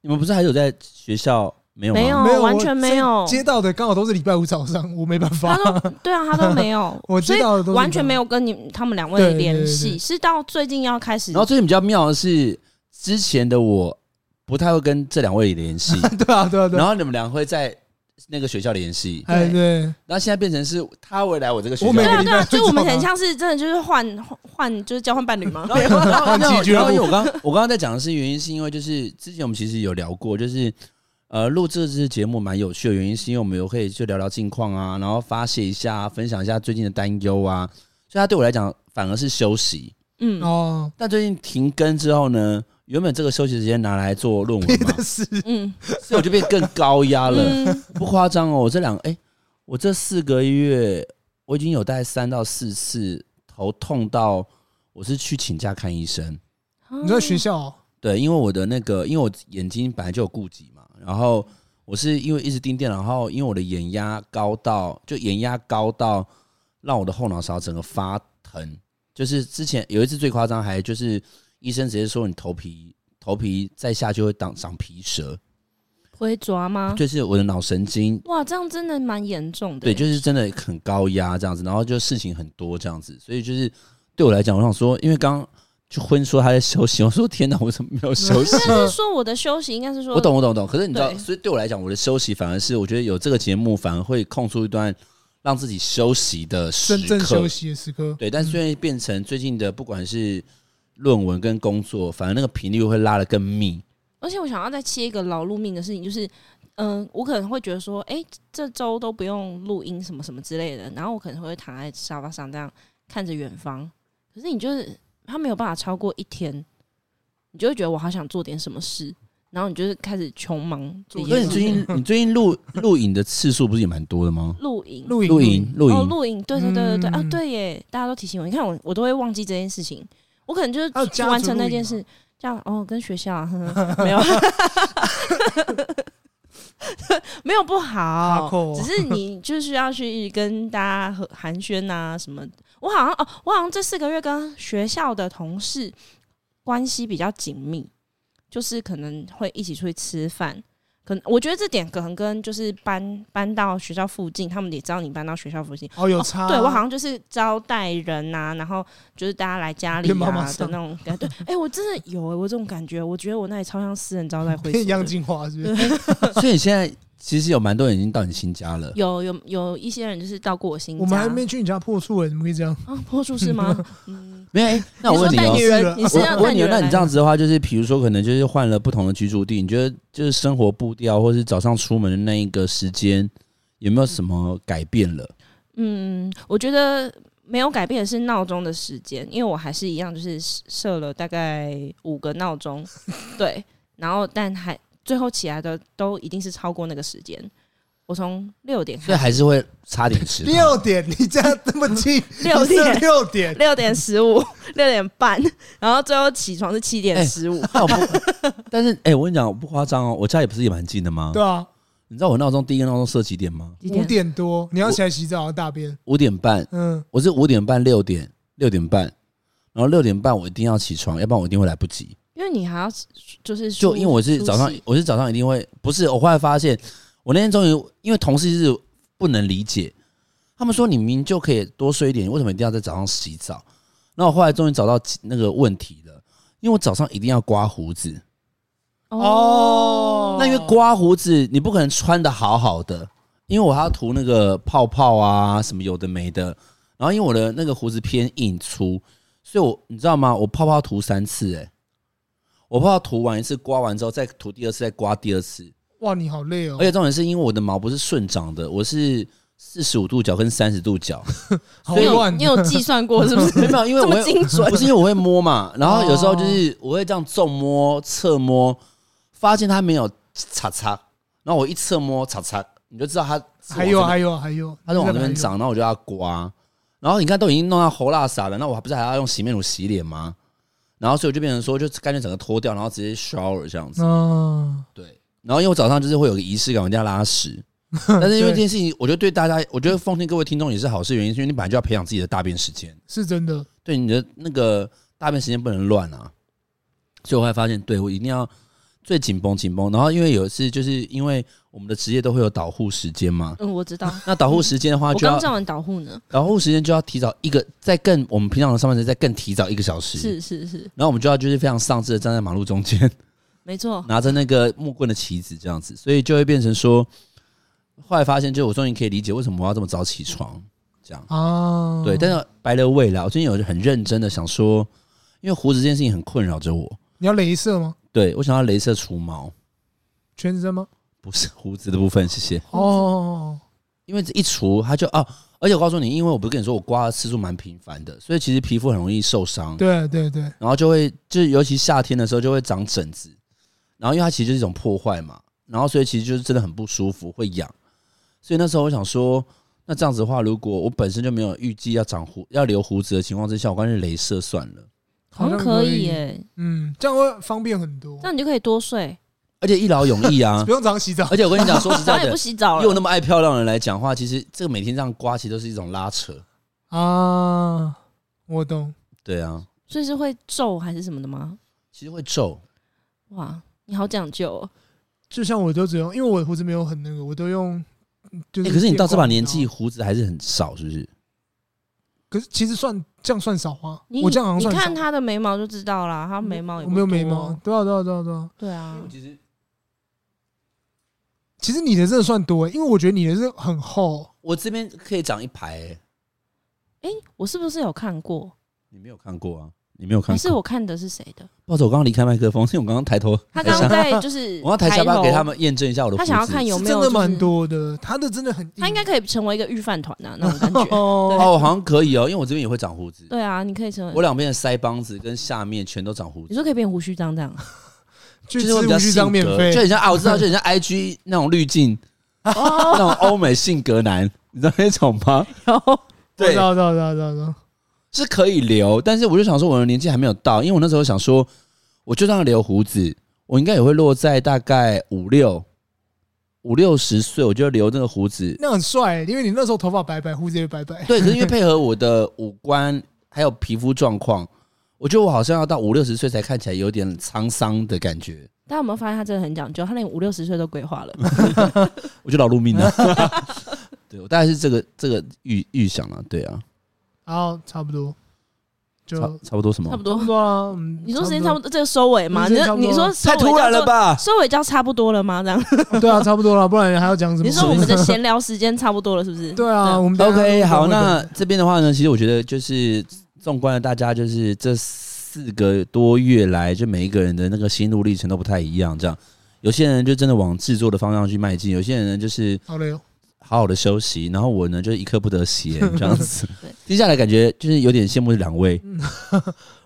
Speaker 4: 你们不是还有在学校没有吗？
Speaker 2: 没有
Speaker 3: 没有，
Speaker 2: 哦完
Speaker 3: 我
Speaker 2: 全没有
Speaker 3: 接到的，刚好都是礼拜五早上，我没办法。
Speaker 2: 他对啊，他都没有
Speaker 3: [laughs] ，我
Speaker 2: 所
Speaker 3: 知
Speaker 2: 以
Speaker 3: 道的都是
Speaker 2: 完全
Speaker 3: 这
Speaker 2: 没
Speaker 3: 样。
Speaker 2: 有跟你他们两
Speaker 3: 对
Speaker 2: 位
Speaker 3: 对对
Speaker 2: 联
Speaker 3: 对
Speaker 2: 系，是到最近要开始
Speaker 4: 然后最近比较妙的是，之前的我不太会跟这两位
Speaker 2: [laughs]
Speaker 4: 联系，
Speaker 3: 对啊，对啊，对
Speaker 4: 然
Speaker 3: 啊。
Speaker 4: 后你们俩会在那个学校联系，
Speaker 3: 哎，对，
Speaker 4: 然后现在变成是他会来我这个学校
Speaker 3: 我每
Speaker 2: 对
Speaker 3: 个
Speaker 2: 啊
Speaker 3: 礼
Speaker 2: 对
Speaker 3: 拜
Speaker 2: 啊，
Speaker 3: 都
Speaker 2: 就我们
Speaker 3: 这样
Speaker 2: 很
Speaker 3: 啊
Speaker 2: 像是真的就是换换换就是交换伴侣
Speaker 4: [laughs]
Speaker 2: 吗？
Speaker 4: 然后，然后，然
Speaker 3: 换
Speaker 4: 后
Speaker 3: 季俱乐
Speaker 4: 然
Speaker 3: 部
Speaker 4: 后因为我刚我刚刚在讲的是原因，是因为就是之前我们其实有聊过，就是呃录这支节目蛮有趣的原因，是因为我们有可以就聊聊近况啊，然后发泄一下，分享一下最近的担忧啊，所以它对我来讲反而是休息。
Speaker 2: 嗯，
Speaker 3: 哦，
Speaker 4: 但最近停更之后呢，原本这个休息时间拿来做论
Speaker 3: [laughs]
Speaker 4: 文嘛，
Speaker 3: 是
Speaker 2: 嗯
Speaker 4: 所以我就变更高压了。
Speaker 2: 嗯，
Speaker 4: [laughs] 不夸张哦，我这两哎、我这四个月我已经有大概三到四次头痛到我是去请假看医生。
Speaker 3: 你在
Speaker 2: 啊
Speaker 3: 学校哦
Speaker 4: 对，因为我的那个，因为我眼睛本来就有顾忌嘛，然后我是因为一直盯电脑，然后因为我的眼压高到，就眼压高到让我的后脑勺整个发疼，就是之前有一次最夸张，还就是医生直接说你头皮头皮再下就会长长皮蛇，
Speaker 2: 会抓吗？
Speaker 4: 就是我的脑神经
Speaker 2: 哇，这样真的蛮严重的。欸
Speaker 4: 对，就是真的很高压这样子，然后就事情很多这样子，所以就是对我来讲，我想说，因为刚刚就婚说他在休息，我说天哪，我怎么没有休息？
Speaker 2: 应该是说我的休息应该是说
Speaker 4: 我懂，我懂，我懂。可是你知道，
Speaker 2: 嗯对
Speaker 4: 所以对我来讲，我的休息反而是我觉得有这个节目，反而会空出一段让自己休息的时
Speaker 3: 真
Speaker 4: 刻。
Speaker 3: 正休息嗯的时刻。
Speaker 4: 对，但是虽然变成最近的不管是论文跟工作，反而那个频率会拉得更密。
Speaker 2: 而且我想要再切一个劳碌命的事情，就是，嗯、我可能会觉得说，哎、这周都不用录音什么什么之类的，然后我可能会躺在沙发上这样看着远方。可是你就是他没有办法超过一天，你就会觉得我好想做点什么事，然后你就是开始穷忙这
Speaker 3: 做
Speaker 4: 所
Speaker 2: 件事。
Speaker 4: 以你最近你最近录录影的次数不是也蛮多的吗？
Speaker 2: 露营，
Speaker 3: 录影
Speaker 4: 录影录
Speaker 2: 哦，
Speaker 4: 影，
Speaker 2: 露营，对对对对对、啊
Speaker 3: 嗯，
Speaker 2: 对耶，大家都提醒我，你看我我都会忘记这件事情，我可能就
Speaker 3: 还有
Speaker 2: 是去
Speaker 3: 家族
Speaker 2: 完成
Speaker 3: 露
Speaker 2: 那
Speaker 3: 营
Speaker 2: 件
Speaker 3: 吗
Speaker 2: 事，这样哦，跟学校、啊、呵呵 [laughs] 没有没有不好
Speaker 3: Hardcore
Speaker 2: 只是你就是要去跟大家和寒暄呐、什么的。我好像哦，我好像这四个月跟学校的同事关系比较紧密，就是可能会一起出去吃饭。可能我觉得这点可能跟就是搬搬到学校附近，他们也知道你搬到学校附近。
Speaker 3: 哦，有差。
Speaker 2: 对我好像就是招待人呐、然后就是大家来家里
Speaker 3: 变妈妈
Speaker 2: 啊的
Speaker 3: 桑
Speaker 2: 那种感觉。对，哎、我真的有、欸、我这种感觉，我觉得我那里超像私人
Speaker 3: [laughs]
Speaker 2: 招待会所
Speaker 3: 变
Speaker 2: 的。
Speaker 3: 杨金华是不是？
Speaker 4: 所以你现在其实有蛮多人已经到你新家了。
Speaker 2: 有有有一些人就是到过我新家，
Speaker 3: 我们还没去你家破处哎，怎么可以这样？
Speaker 2: 啊破处是吗？嗯，
Speaker 4: 没有、哎 [laughs] 那我
Speaker 2: 说
Speaker 4: 问你
Speaker 2: 带
Speaker 4: 哦、
Speaker 2: 女
Speaker 3: 是啊
Speaker 2: 人，你是
Speaker 4: 我
Speaker 2: 要
Speaker 4: 我
Speaker 2: 带
Speaker 4: 问
Speaker 2: 女
Speaker 4: 你哦，
Speaker 2: 人
Speaker 4: 那你
Speaker 2: 来
Speaker 4: 这样子的话，就是比如说，可能就是换了不同的居住地，你觉得就是生活步调，或是早上出门的那一个时间，有没有什么改变了？
Speaker 2: 嗯，我觉得没有改变的是闹钟的时间，因为我还是一样，就是设了大概五个闹
Speaker 3: [laughs]
Speaker 2: 钟，对，然后但还最后起来的都一定是超过那个时间。我从六点
Speaker 4: 所
Speaker 2: 开始，
Speaker 4: 以还是会差
Speaker 2: [laughs]
Speaker 4: 点迟到。
Speaker 3: 六点，你这样这么近，
Speaker 2: 六点
Speaker 3: 六点，
Speaker 2: 六点十五、六点半，然后最后起床是七
Speaker 4: 哎
Speaker 2: 点十五。
Speaker 4: [laughs] 但我不但是，哎、我跟你讲，我不夸张哦，我家也不是也蛮近的吗？
Speaker 3: 对啊，
Speaker 4: 你知道我闹钟第一个闹钟设几点吗？
Speaker 2: 几
Speaker 3: 五
Speaker 2: 点？
Speaker 3: 点多你要起来洗澡、啊大便，
Speaker 4: 五点半，
Speaker 3: 嗯，
Speaker 4: 我是五点半、六点、六点半，然后六点半我一定要起床，要不然我一定会来不及。
Speaker 2: 因为你还要就是
Speaker 4: 就因为我是
Speaker 2: 梳
Speaker 4: 早上
Speaker 2: 洗，
Speaker 4: 我是早上一定会，不是我后来发现，我那天终于因为同事是不能理解，他们说你明明就可以多睡一点，为什么一定要在早上洗澡？那我后来终于找到那个问题了，因为我早上一定要刮胡子，
Speaker 3: 哦
Speaker 4: 那因为刮胡子你不可能穿的好好的，因为我还要涂那个泡泡啊什么有的没的，然后因为我的那个胡子偏硬粗，所以我你知道吗？我泡泡涂三次、欸，我泡泡涂完一次，刮完之后再涂第二次，再刮第二次。
Speaker 3: 哇，你好累哦
Speaker 4: 而，且重点是因为我的毛不是顺长的，我是四十五度角跟三十度角，
Speaker 3: 好
Speaker 2: 你有
Speaker 3: 乱
Speaker 2: 你，有计算过 [laughs]
Speaker 3: [laughs]
Speaker 2: 是不
Speaker 4: [laughs] 没
Speaker 2: 是？
Speaker 4: 有，因为
Speaker 2: 这
Speaker 4: 我
Speaker 2: 么
Speaker 4: 会
Speaker 2: 精准哦
Speaker 4: 不？是因为我会摸嘛，然后有时候就是我会这样重摸、侧摸，发现它没有擦擦，然后我一侧摸擦擦，你就知道它是往
Speaker 3: 还有
Speaker 4: 这边
Speaker 3: 还有还有，
Speaker 4: 它就往
Speaker 3: 日
Speaker 4: 那
Speaker 3: 本还
Speaker 4: 边
Speaker 3: 有
Speaker 4: 长，然后我就要刮，然后你看都已经弄到喉辣傻了，那我还不是还要用洗面乳洗脸吗？然后所以我就变成说，就干脆整个脱掉，然后直接 shower 这样子。
Speaker 3: 嗯，
Speaker 4: 对，然后因为我早上就是会有个仪式感，我一定要拉屎。但
Speaker 3: [laughs]
Speaker 4: 是因为这件事情，我觉得对大家，我觉得奉劝各位听众也是好事，原因是因为你本来就要培养自己的大便时间，
Speaker 3: 是真的，
Speaker 4: 对你的那个大便时间不能乱啊。所以我还发现，对我一定要最紧绷紧绷。然后因为有一次，就是因为我们的职业都会有导护时间嘛，
Speaker 2: 嗯，我知道。
Speaker 4: 那导护时间的话
Speaker 2: 我
Speaker 4: 就要
Speaker 2: 刚站完导护呢，
Speaker 4: 然后时间就要提早一个，再更我们平常的上班时间再更提早一个小时。
Speaker 2: 是是是，
Speaker 4: 然后我们就要就是非常丧志的站在马路
Speaker 2: [laughs]
Speaker 4: 中间，
Speaker 2: 没错。
Speaker 4: 拿着那个木棍的旗子这样子，所以就会变成说，后来发现，就我终于可以理解为什么我要这么早起床，这样。
Speaker 3: 啊，
Speaker 4: 对，但是白了未来，我最近有很认真的想说，因为胡子这件事情很困扰着我，
Speaker 3: 你要镭射吗？
Speaker 4: 对我想要镭射除毛， [laughs]
Speaker 3: 全身吗？
Speaker 4: 不是胡子的部分，谢谢。
Speaker 2: 嗯
Speaker 3: 哦，
Speaker 4: 因为一除它就啊，而且我告诉你，因为我不是跟你说我刮的次数蛮频繁的，所以其实皮肤很容易受伤。
Speaker 3: 对对对，
Speaker 4: 然后就会就是尤其夏天的时候就会长疹子，然后因为它其实就是一种破坏嘛，然后所以其实就是真的很不舒服，会痒。所以那时候我想说，那这样子的话，如果我本身就没有预计要长胡要留胡子的情况之下，我干脆镭射算了。
Speaker 2: 好像可以耶、
Speaker 3: 嗯，这样会方便很多
Speaker 2: 这，样你就可以多睡，
Speaker 4: 而且一劳永逸啊
Speaker 3: 不！用常
Speaker 2: [laughs]
Speaker 3: 洗澡
Speaker 4: [laughs] 而且我跟你讲，说实
Speaker 2: 然
Speaker 4: 在
Speaker 2: 后也不
Speaker 4: 的，
Speaker 2: 洗澡
Speaker 4: 以我那
Speaker 2: 了。
Speaker 4: 么爱漂亮的人来讲话，其实这个每天这样刮，其实都是一种拉扯。
Speaker 3: 啊。我懂，
Speaker 4: 对啊，
Speaker 2: 所以是会皱还是什么的吗？
Speaker 4: 其实会皱，
Speaker 2: 哇，你好讲究、哦。
Speaker 3: 就像我都只用，因为我的胡子没有很那个，我都用。就是
Speaker 4: 欸可是你到这把
Speaker 3: 电
Speaker 4: 年
Speaker 3: 刮
Speaker 4: 纪，，胡子还是很少，是不是？
Speaker 3: 可是其实算这样算少啊。
Speaker 2: 你
Speaker 3: 我这样好像
Speaker 2: 你
Speaker 3: 算少。
Speaker 2: 看他的眉毛就知道啦，他眉毛也
Speaker 3: 我
Speaker 2: 不
Speaker 3: 没有眉
Speaker 2: 多
Speaker 3: 毛，。对啊对啊对啊对啊。
Speaker 2: 对啊，
Speaker 4: 其实
Speaker 3: 其实你的真的算多、欸因为我觉得你的是很厚，
Speaker 4: 我这边可以长一排、欸，
Speaker 2: 哎、我是不是有看过？
Speaker 4: 你没有看过啊？你没有看
Speaker 2: 还
Speaker 4: 过？
Speaker 2: 是我看的是谁的？
Speaker 4: 抱着我刚刚离开麦克风，因为我刚刚抬头，
Speaker 2: 他刚刚
Speaker 4: 抬下
Speaker 2: 在就是
Speaker 4: [laughs] 我要抬下巴
Speaker 2: 头
Speaker 4: 给他，们验证一下我的胡
Speaker 2: 他
Speaker 4: 子。
Speaker 2: 想要看有
Speaker 3: 是
Speaker 2: 没有
Speaker 3: 真的
Speaker 2: 就是
Speaker 3: 蛮多的。他的真的很硬，
Speaker 2: 他应该可以成为一个御饭团啊，那种感觉。
Speaker 3: [laughs] 哦
Speaker 4: 哦，好像可以哦，因为我这边也会长胡子，
Speaker 2: 对啊，你可以成
Speaker 4: 我
Speaker 2: 为。
Speaker 4: 两边的腮帮子跟下面全都长胡
Speaker 2: 你
Speaker 4: 子，
Speaker 2: 说可以变胡须章这样，啊
Speaker 3: 去
Speaker 4: 就是
Speaker 3: 吃
Speaker 4: 会比
Speaker 3: 无
Speaker 4: 较
Speaker 3: 须
Speaker 4: 性
Speaker 3: 章
Speaker 4: 格，
Speaker 3: 免
Speaker 2: [laughs]
Speaker 4: 就
Speaker 3: 费。
Speaker 4: 很像啊，我知道，就很像 IG 那种滤镜， [laughs] 那
Speaker 2: 哦，
Speaker 4: 种欧美性格男，你知道那种吗？
Speaker 3: 我知
Speaker 4: 对，
Speaker 3: 道知道知道知道知道。
Speaker 4: 是可以留，但是我就想说，我的年纪还没有到，因为我那时候想说，我就算留胡子，我应该也会落在大概五六五六十岁，我就留那个胡子，
Speaker 3: 那很帅、欸因为你那时候头发白白，胡子也白白。
Speaker 4: 对，可是因为配合我的五官还有皮肤状况，我觉得我好像要到五六十岁才看起来有点沧桑的感觉。
Speaker 2: 大家有没有发现他真的很讲究？他连五六十岁都规
Speaker 4: 嗯
Speaker 2: 划了。
Speaker 4: 我觉得老路
Speaker 3: [laughs]
Speaker 4: 命了。对，我大概是这个这个预预想了、对啊，
Speaker 3: 然后差不多，就
Speaker 4: 差差不多什么？
Speaker 2: [laughs] 差不
Speaker 3: 差
Speaker 2: 多
Speaker 3: 不。多啊。嗯
Speaker 2: [laughs] 你说时间差不多，这个收尾吗？
Speaker 3: 时
Speaker 2: 你说你
Speaker 3: 间差不多
Speaker 2: 说收
Speaker 4: 太
Speaker 2: 尾
Speaker 4: 突然
Speaker 2: 叫
Speaker 4: 了
Speaker 2: 做？
Speaker 4: 吧？
Speaker 2: 收尾叫差不多了吗？这样，
Speaker 3: [laughs] 多，对啊，差不多了，不然还要讲什么？
Speaker 2: 你说我们的闲聊时间差不多了，是不是？
Speaker 3: 对啊，我们等一下
Speaker 4: OK，
Speaker 3: 录
Speaker 4: 好，
Speaker 3: 完
Speaker 4: 那
Speaker 3: 会
Speaker 4: 这边的话呢，其实我觉得就是纵观了大家就是这四个多月来，就每一个人的那个心路历程都不太一样，这样。有些人就真的往制作的方向去迈进，有些人呢就是
Speaker 3: 好嘞，
Speaker 4: 好好的休息，然后我呢就是一刻不得闲这
Speaker 3: [laughs]
Speaker 4: 样子
Speaker 2: 对。
Speaker 4: 接下来感觉就是有点羡慕两位，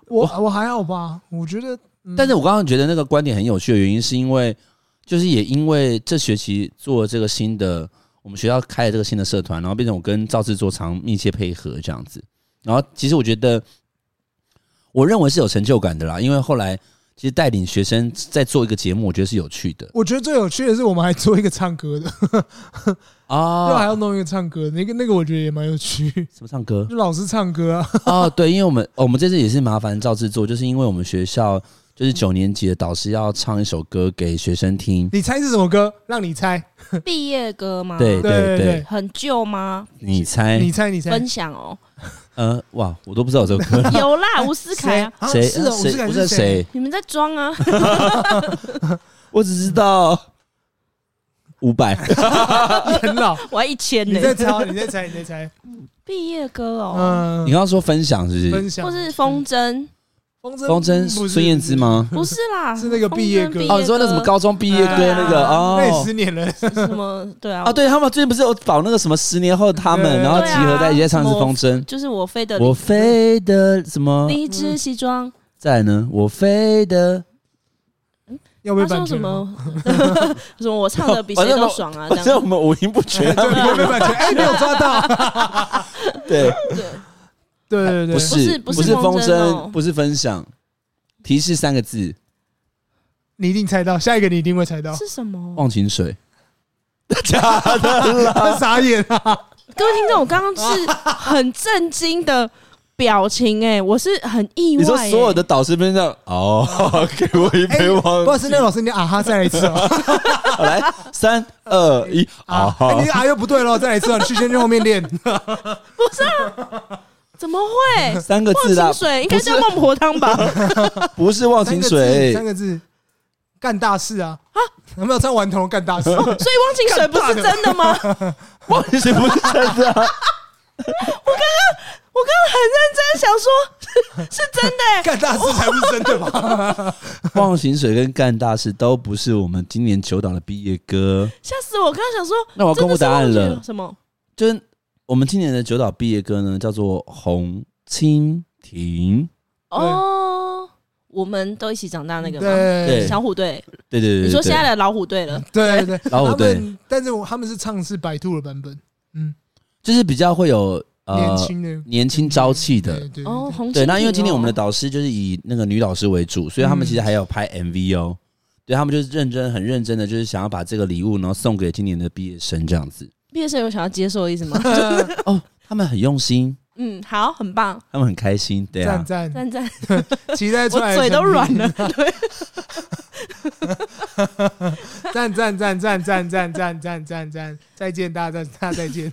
Speaker 3: 我我还好吧，我觉得，嗯
Speaker 4: 但是我刚刚觉得那个观点很有趣的原因，是因为就是也因为这学期做这个新的，我们学校开了这个新的社团，然后变成我跟赵制作常密切配合这样子。然后其实我觉得，我认为是有成就感的啦，因为后来其实带领学生在做一个节目，我觉得是有趣的
Speaker 3: 我觉得最有趣的是，我们还做一个唱歌的，
Speaker 4: [laughs]
Speaker 3: 又还
Speaker 4: 啊。
Speaker 3: 要弄一个唱歌的，那个那个我觉得也蛮有趣， [laughs]
Speaker 4: 什么唱歌？
Speaker 3: 就老师唱歌啊， [laughs]
Speaker 4: 哦，对，因为我们哦我们这次也是麻烦赵制作，就是因为我们学校就是九年级的导师要唱一首歌给学生听，
Speaker 3: 你猜是什么歌？让你猜，
Speaker 2: 毕业歌吗？
Speaker 4: 对
Speaker 3: 对对
Speaker 2: 很旧吗？
Speaker 4: 你猜，
Speaker 3: 你猜，你猜
Speaker 2: 分，享哦，
Speaker 4: 呃，哇，我都不知道有这
Speaker 3: [laughs]
Speaker 4: 首歌，
Speaker 2: 有啦，吴思
Speaker 3: 谁
Speaker 2: 凯啊，？
Speaker 3: 啊
Speaker 4: 谁呃
Speaker 3: 是哦，
Speaker 4: 谁
Speaker 3: 我
Speaker 4: 我
Speaker 3: 是
Speaker 4: 是
Speaker 3: 谁？
Speaker 4: 谁？
Speaker 2: 你们在装啊？ [laughs]
Speaker 4: 我只知道五
Speaker 3: [laughs]
Speaker 4: 百，
Speaker 3: 你啊很
Speaker 2: [laughs]
Speaker 3: 老，
Speaker 2: 我还一千
Speaker 3: 你
Speaker 2: 呢。
Speaker 3: 在猜，啊你在猜，你在猜，
Speaker 2: 毕业歌哦，
Speaker 3: 嗯
Speaker 4: 你，刚刚说分享是不是？
Speaker 3: 分享
Speaker 2: 或是风筝？
Speaker 3: 风筝，
Speaker 4: 风筝
Speaker 3: 不是
Speaker 4: 孙燕
Speaker 3: [laughs]
Speaker 4: 姿？吗？
Speaker 2: 不是啦，
Speaker 3: 是那个毕业歌哎
Speaker 2: 风筝
Speaker 4: 哦，你说那什么高中毕业歌
Speaker 3: 对
Speaker 2: 啊
Speaker 4: 那个
Speaker 3: 不嗯是那也
Speaker 4: 哦
Speaker 3: 十年了，
Speaker 2: 什么？对啊
Speaker 4: 啊，，对他们最近不是有搞那个什么十年后他们，
Speaker 3: 对
Speaker 4: 然后集合在一起在唱一次
Speaker 2: 对啊
Speaker 4: 风筝。
Speaker 2: 就是我飞的
Speaker 4: 我飞
Speaker 3: 嗯
Speaker 4: 的什么？
Speaker 2: 那一只西装，
Speaker 4: 在呢？我飞的
Speaker 3: 要被
Speaker 2: 他说
Speaker 3: 版
Speaker 2: 什
Speaker 3: 权了吗？
Speaker 2: 么 [laughs] 什么我唱的比谁都爽啊，这
Speaker 4: 反正 [laughs] 我
Speaker 2: 样
Speaker 4: 们五音不全，
Speaker 3: 对， [laughs] 要被版权，哎，
Speaker 4: [laughs]
Speaker 3: 没有抓到。
Speaker 4: 对，
Speaker 2: 对，
Speaker 3: 对对对，
Speaker 4: 不是
Speaker 2: 不是不
Speaker 4: 不
Speaker 2: 是
Speaker 4: 是风
Speaker 2: 风筝哦
Speaker 4: 筝，不是分享，提示三个字，
Speaker 3: 你一定猜到，下一个你一定会猜到。
Speaker 2: 是什么？
Speaker 4: 忘
Speaker 3: [laughs]
Speaker 4: 情水。
Speaker 3: 他傻眼啊！
Speaker 2: 各位听众，我刚刚是很震惊的表情，哎，我是很意外。
Speaker 4: 你说
Speaker 2: 哎
Speaker 4: 所有的导师们这样哦， [laughs] [laughs] 给我一
Speaker 3: 哎
Speaker 4: 杯忘
Speaker 3: 不好意思，那老师，你啊哈再来一次
Speaker 4: [laughs]
Speaker 3: 哦。
Speaker 4: 好来，三二一，
Speaker 3: 啊
Speaker 4: 啊，
Speaker 3: 哎你的啊又不对喽，再来一次哦，你去先去后面
Speaker 4: [laughs]
Speaker 3: 练。
Speaker 2: 怎么会？
Speaker 4: 三个 [laughs] 字
Speaker 2: 忘
Speaker 4: 啦
Speaker 2: 情，水应该
Speaker 4: 不是啊
Speaker 2: 叫孟婆汤
Speaker 4: [laughs]
Speaker 2: 吧？
Speaker 4: 不是忘
Speaker 3: 三
Speaker 4: 情
Speaker 3: 个字，
Speaker 4: 水
Speaker 3: 三，个字，干大事啊！啊，有没有唱顽童干大
Speaker 4: [laughs]
Speaker 3: 事？
Speaker 2: 所以忘情水不是真的吗？
Speaker 4: 忘情水不是真的啊， [laughs]
Speaker 2: 我刚刚很认真想说， [laughs] 是是真的、欸。
Speaker 3: 干大事才不是真的吧？
Speaker 4: 忘情水跟干大事都不是我们今年九档的毕业歌，
Speaker 2: 吓死我！我刚刚想说，
Speaker 4: 那我要
Speaker 2: 真
Speaker 4: 公
Speaker 2: 的
Speaker 4: 布
Speaker 2: 是
Speaker 4: 答案
Speaker 2: 忘记
Speaker 4: 了。
Speaker 2: 什么？
Speaker 4: 就是我们今年的九岛毕业歌呢，叫做《红蜻蜓》。
Speaker 2: 哦，我们都一起长大那个吗？
Speaker 3: 对
Speaker 2: 小虎队，
Speaker 4: 对对对对对，
Speaker 2: 你说现在的老虎队了？
Speaker 3: 对对，
Speaker 4: 老虎
Speaker 3: 他
Speaker 4: 队
Speaker 3: 们，但是我他们是唱的是白兔的版本，嗯，
Speaker 4: 就是比较会有呃
Speaker 3: 年轻的
Speaker 4: 年轻朝气的。
Speaker 3: 对对
Speaker 2: 哦，
Speaker 3: [laughs] 哦，
Speaker 2: 红
Speaker 4: 对，
Speaker 2: 蜻
Speaker 4: 那因为
Speaker 2: 蜓
Speaker 4: 今年我们的
Speaker 2: 哦
Speaker 4: 导师就是以那个女老师为主，所以他
Speaker 3: 嗯
Speaker 4: 们其实还有拍 MV 哦。对他们就是认真、很认真的，就是想要把这个礼物，然后送给今年的毕业生这样子。
Speaker 2: 毕业生有想要接受的意思
Speaker 3: [laughs]
Speaker 2: 吗？
Speaker 4: 哦，他们很用心，
Speaker 2: 嗯，好，很棒，
Speaker 4: 他们很开心，对啊
Speaker 3: 赞。赞，
Speaker 2: 赞
Speaker 3: [laughs]
Speaker 2: 赞，
Speaker 3: 期待出
Speaker 2: 我
Speaker 3: 来，
Speaker 2: 嘴都软，了。对，
Speaker 3: 赞赞赞赞赞赞赞赞赞赞，再见大家，大家再见，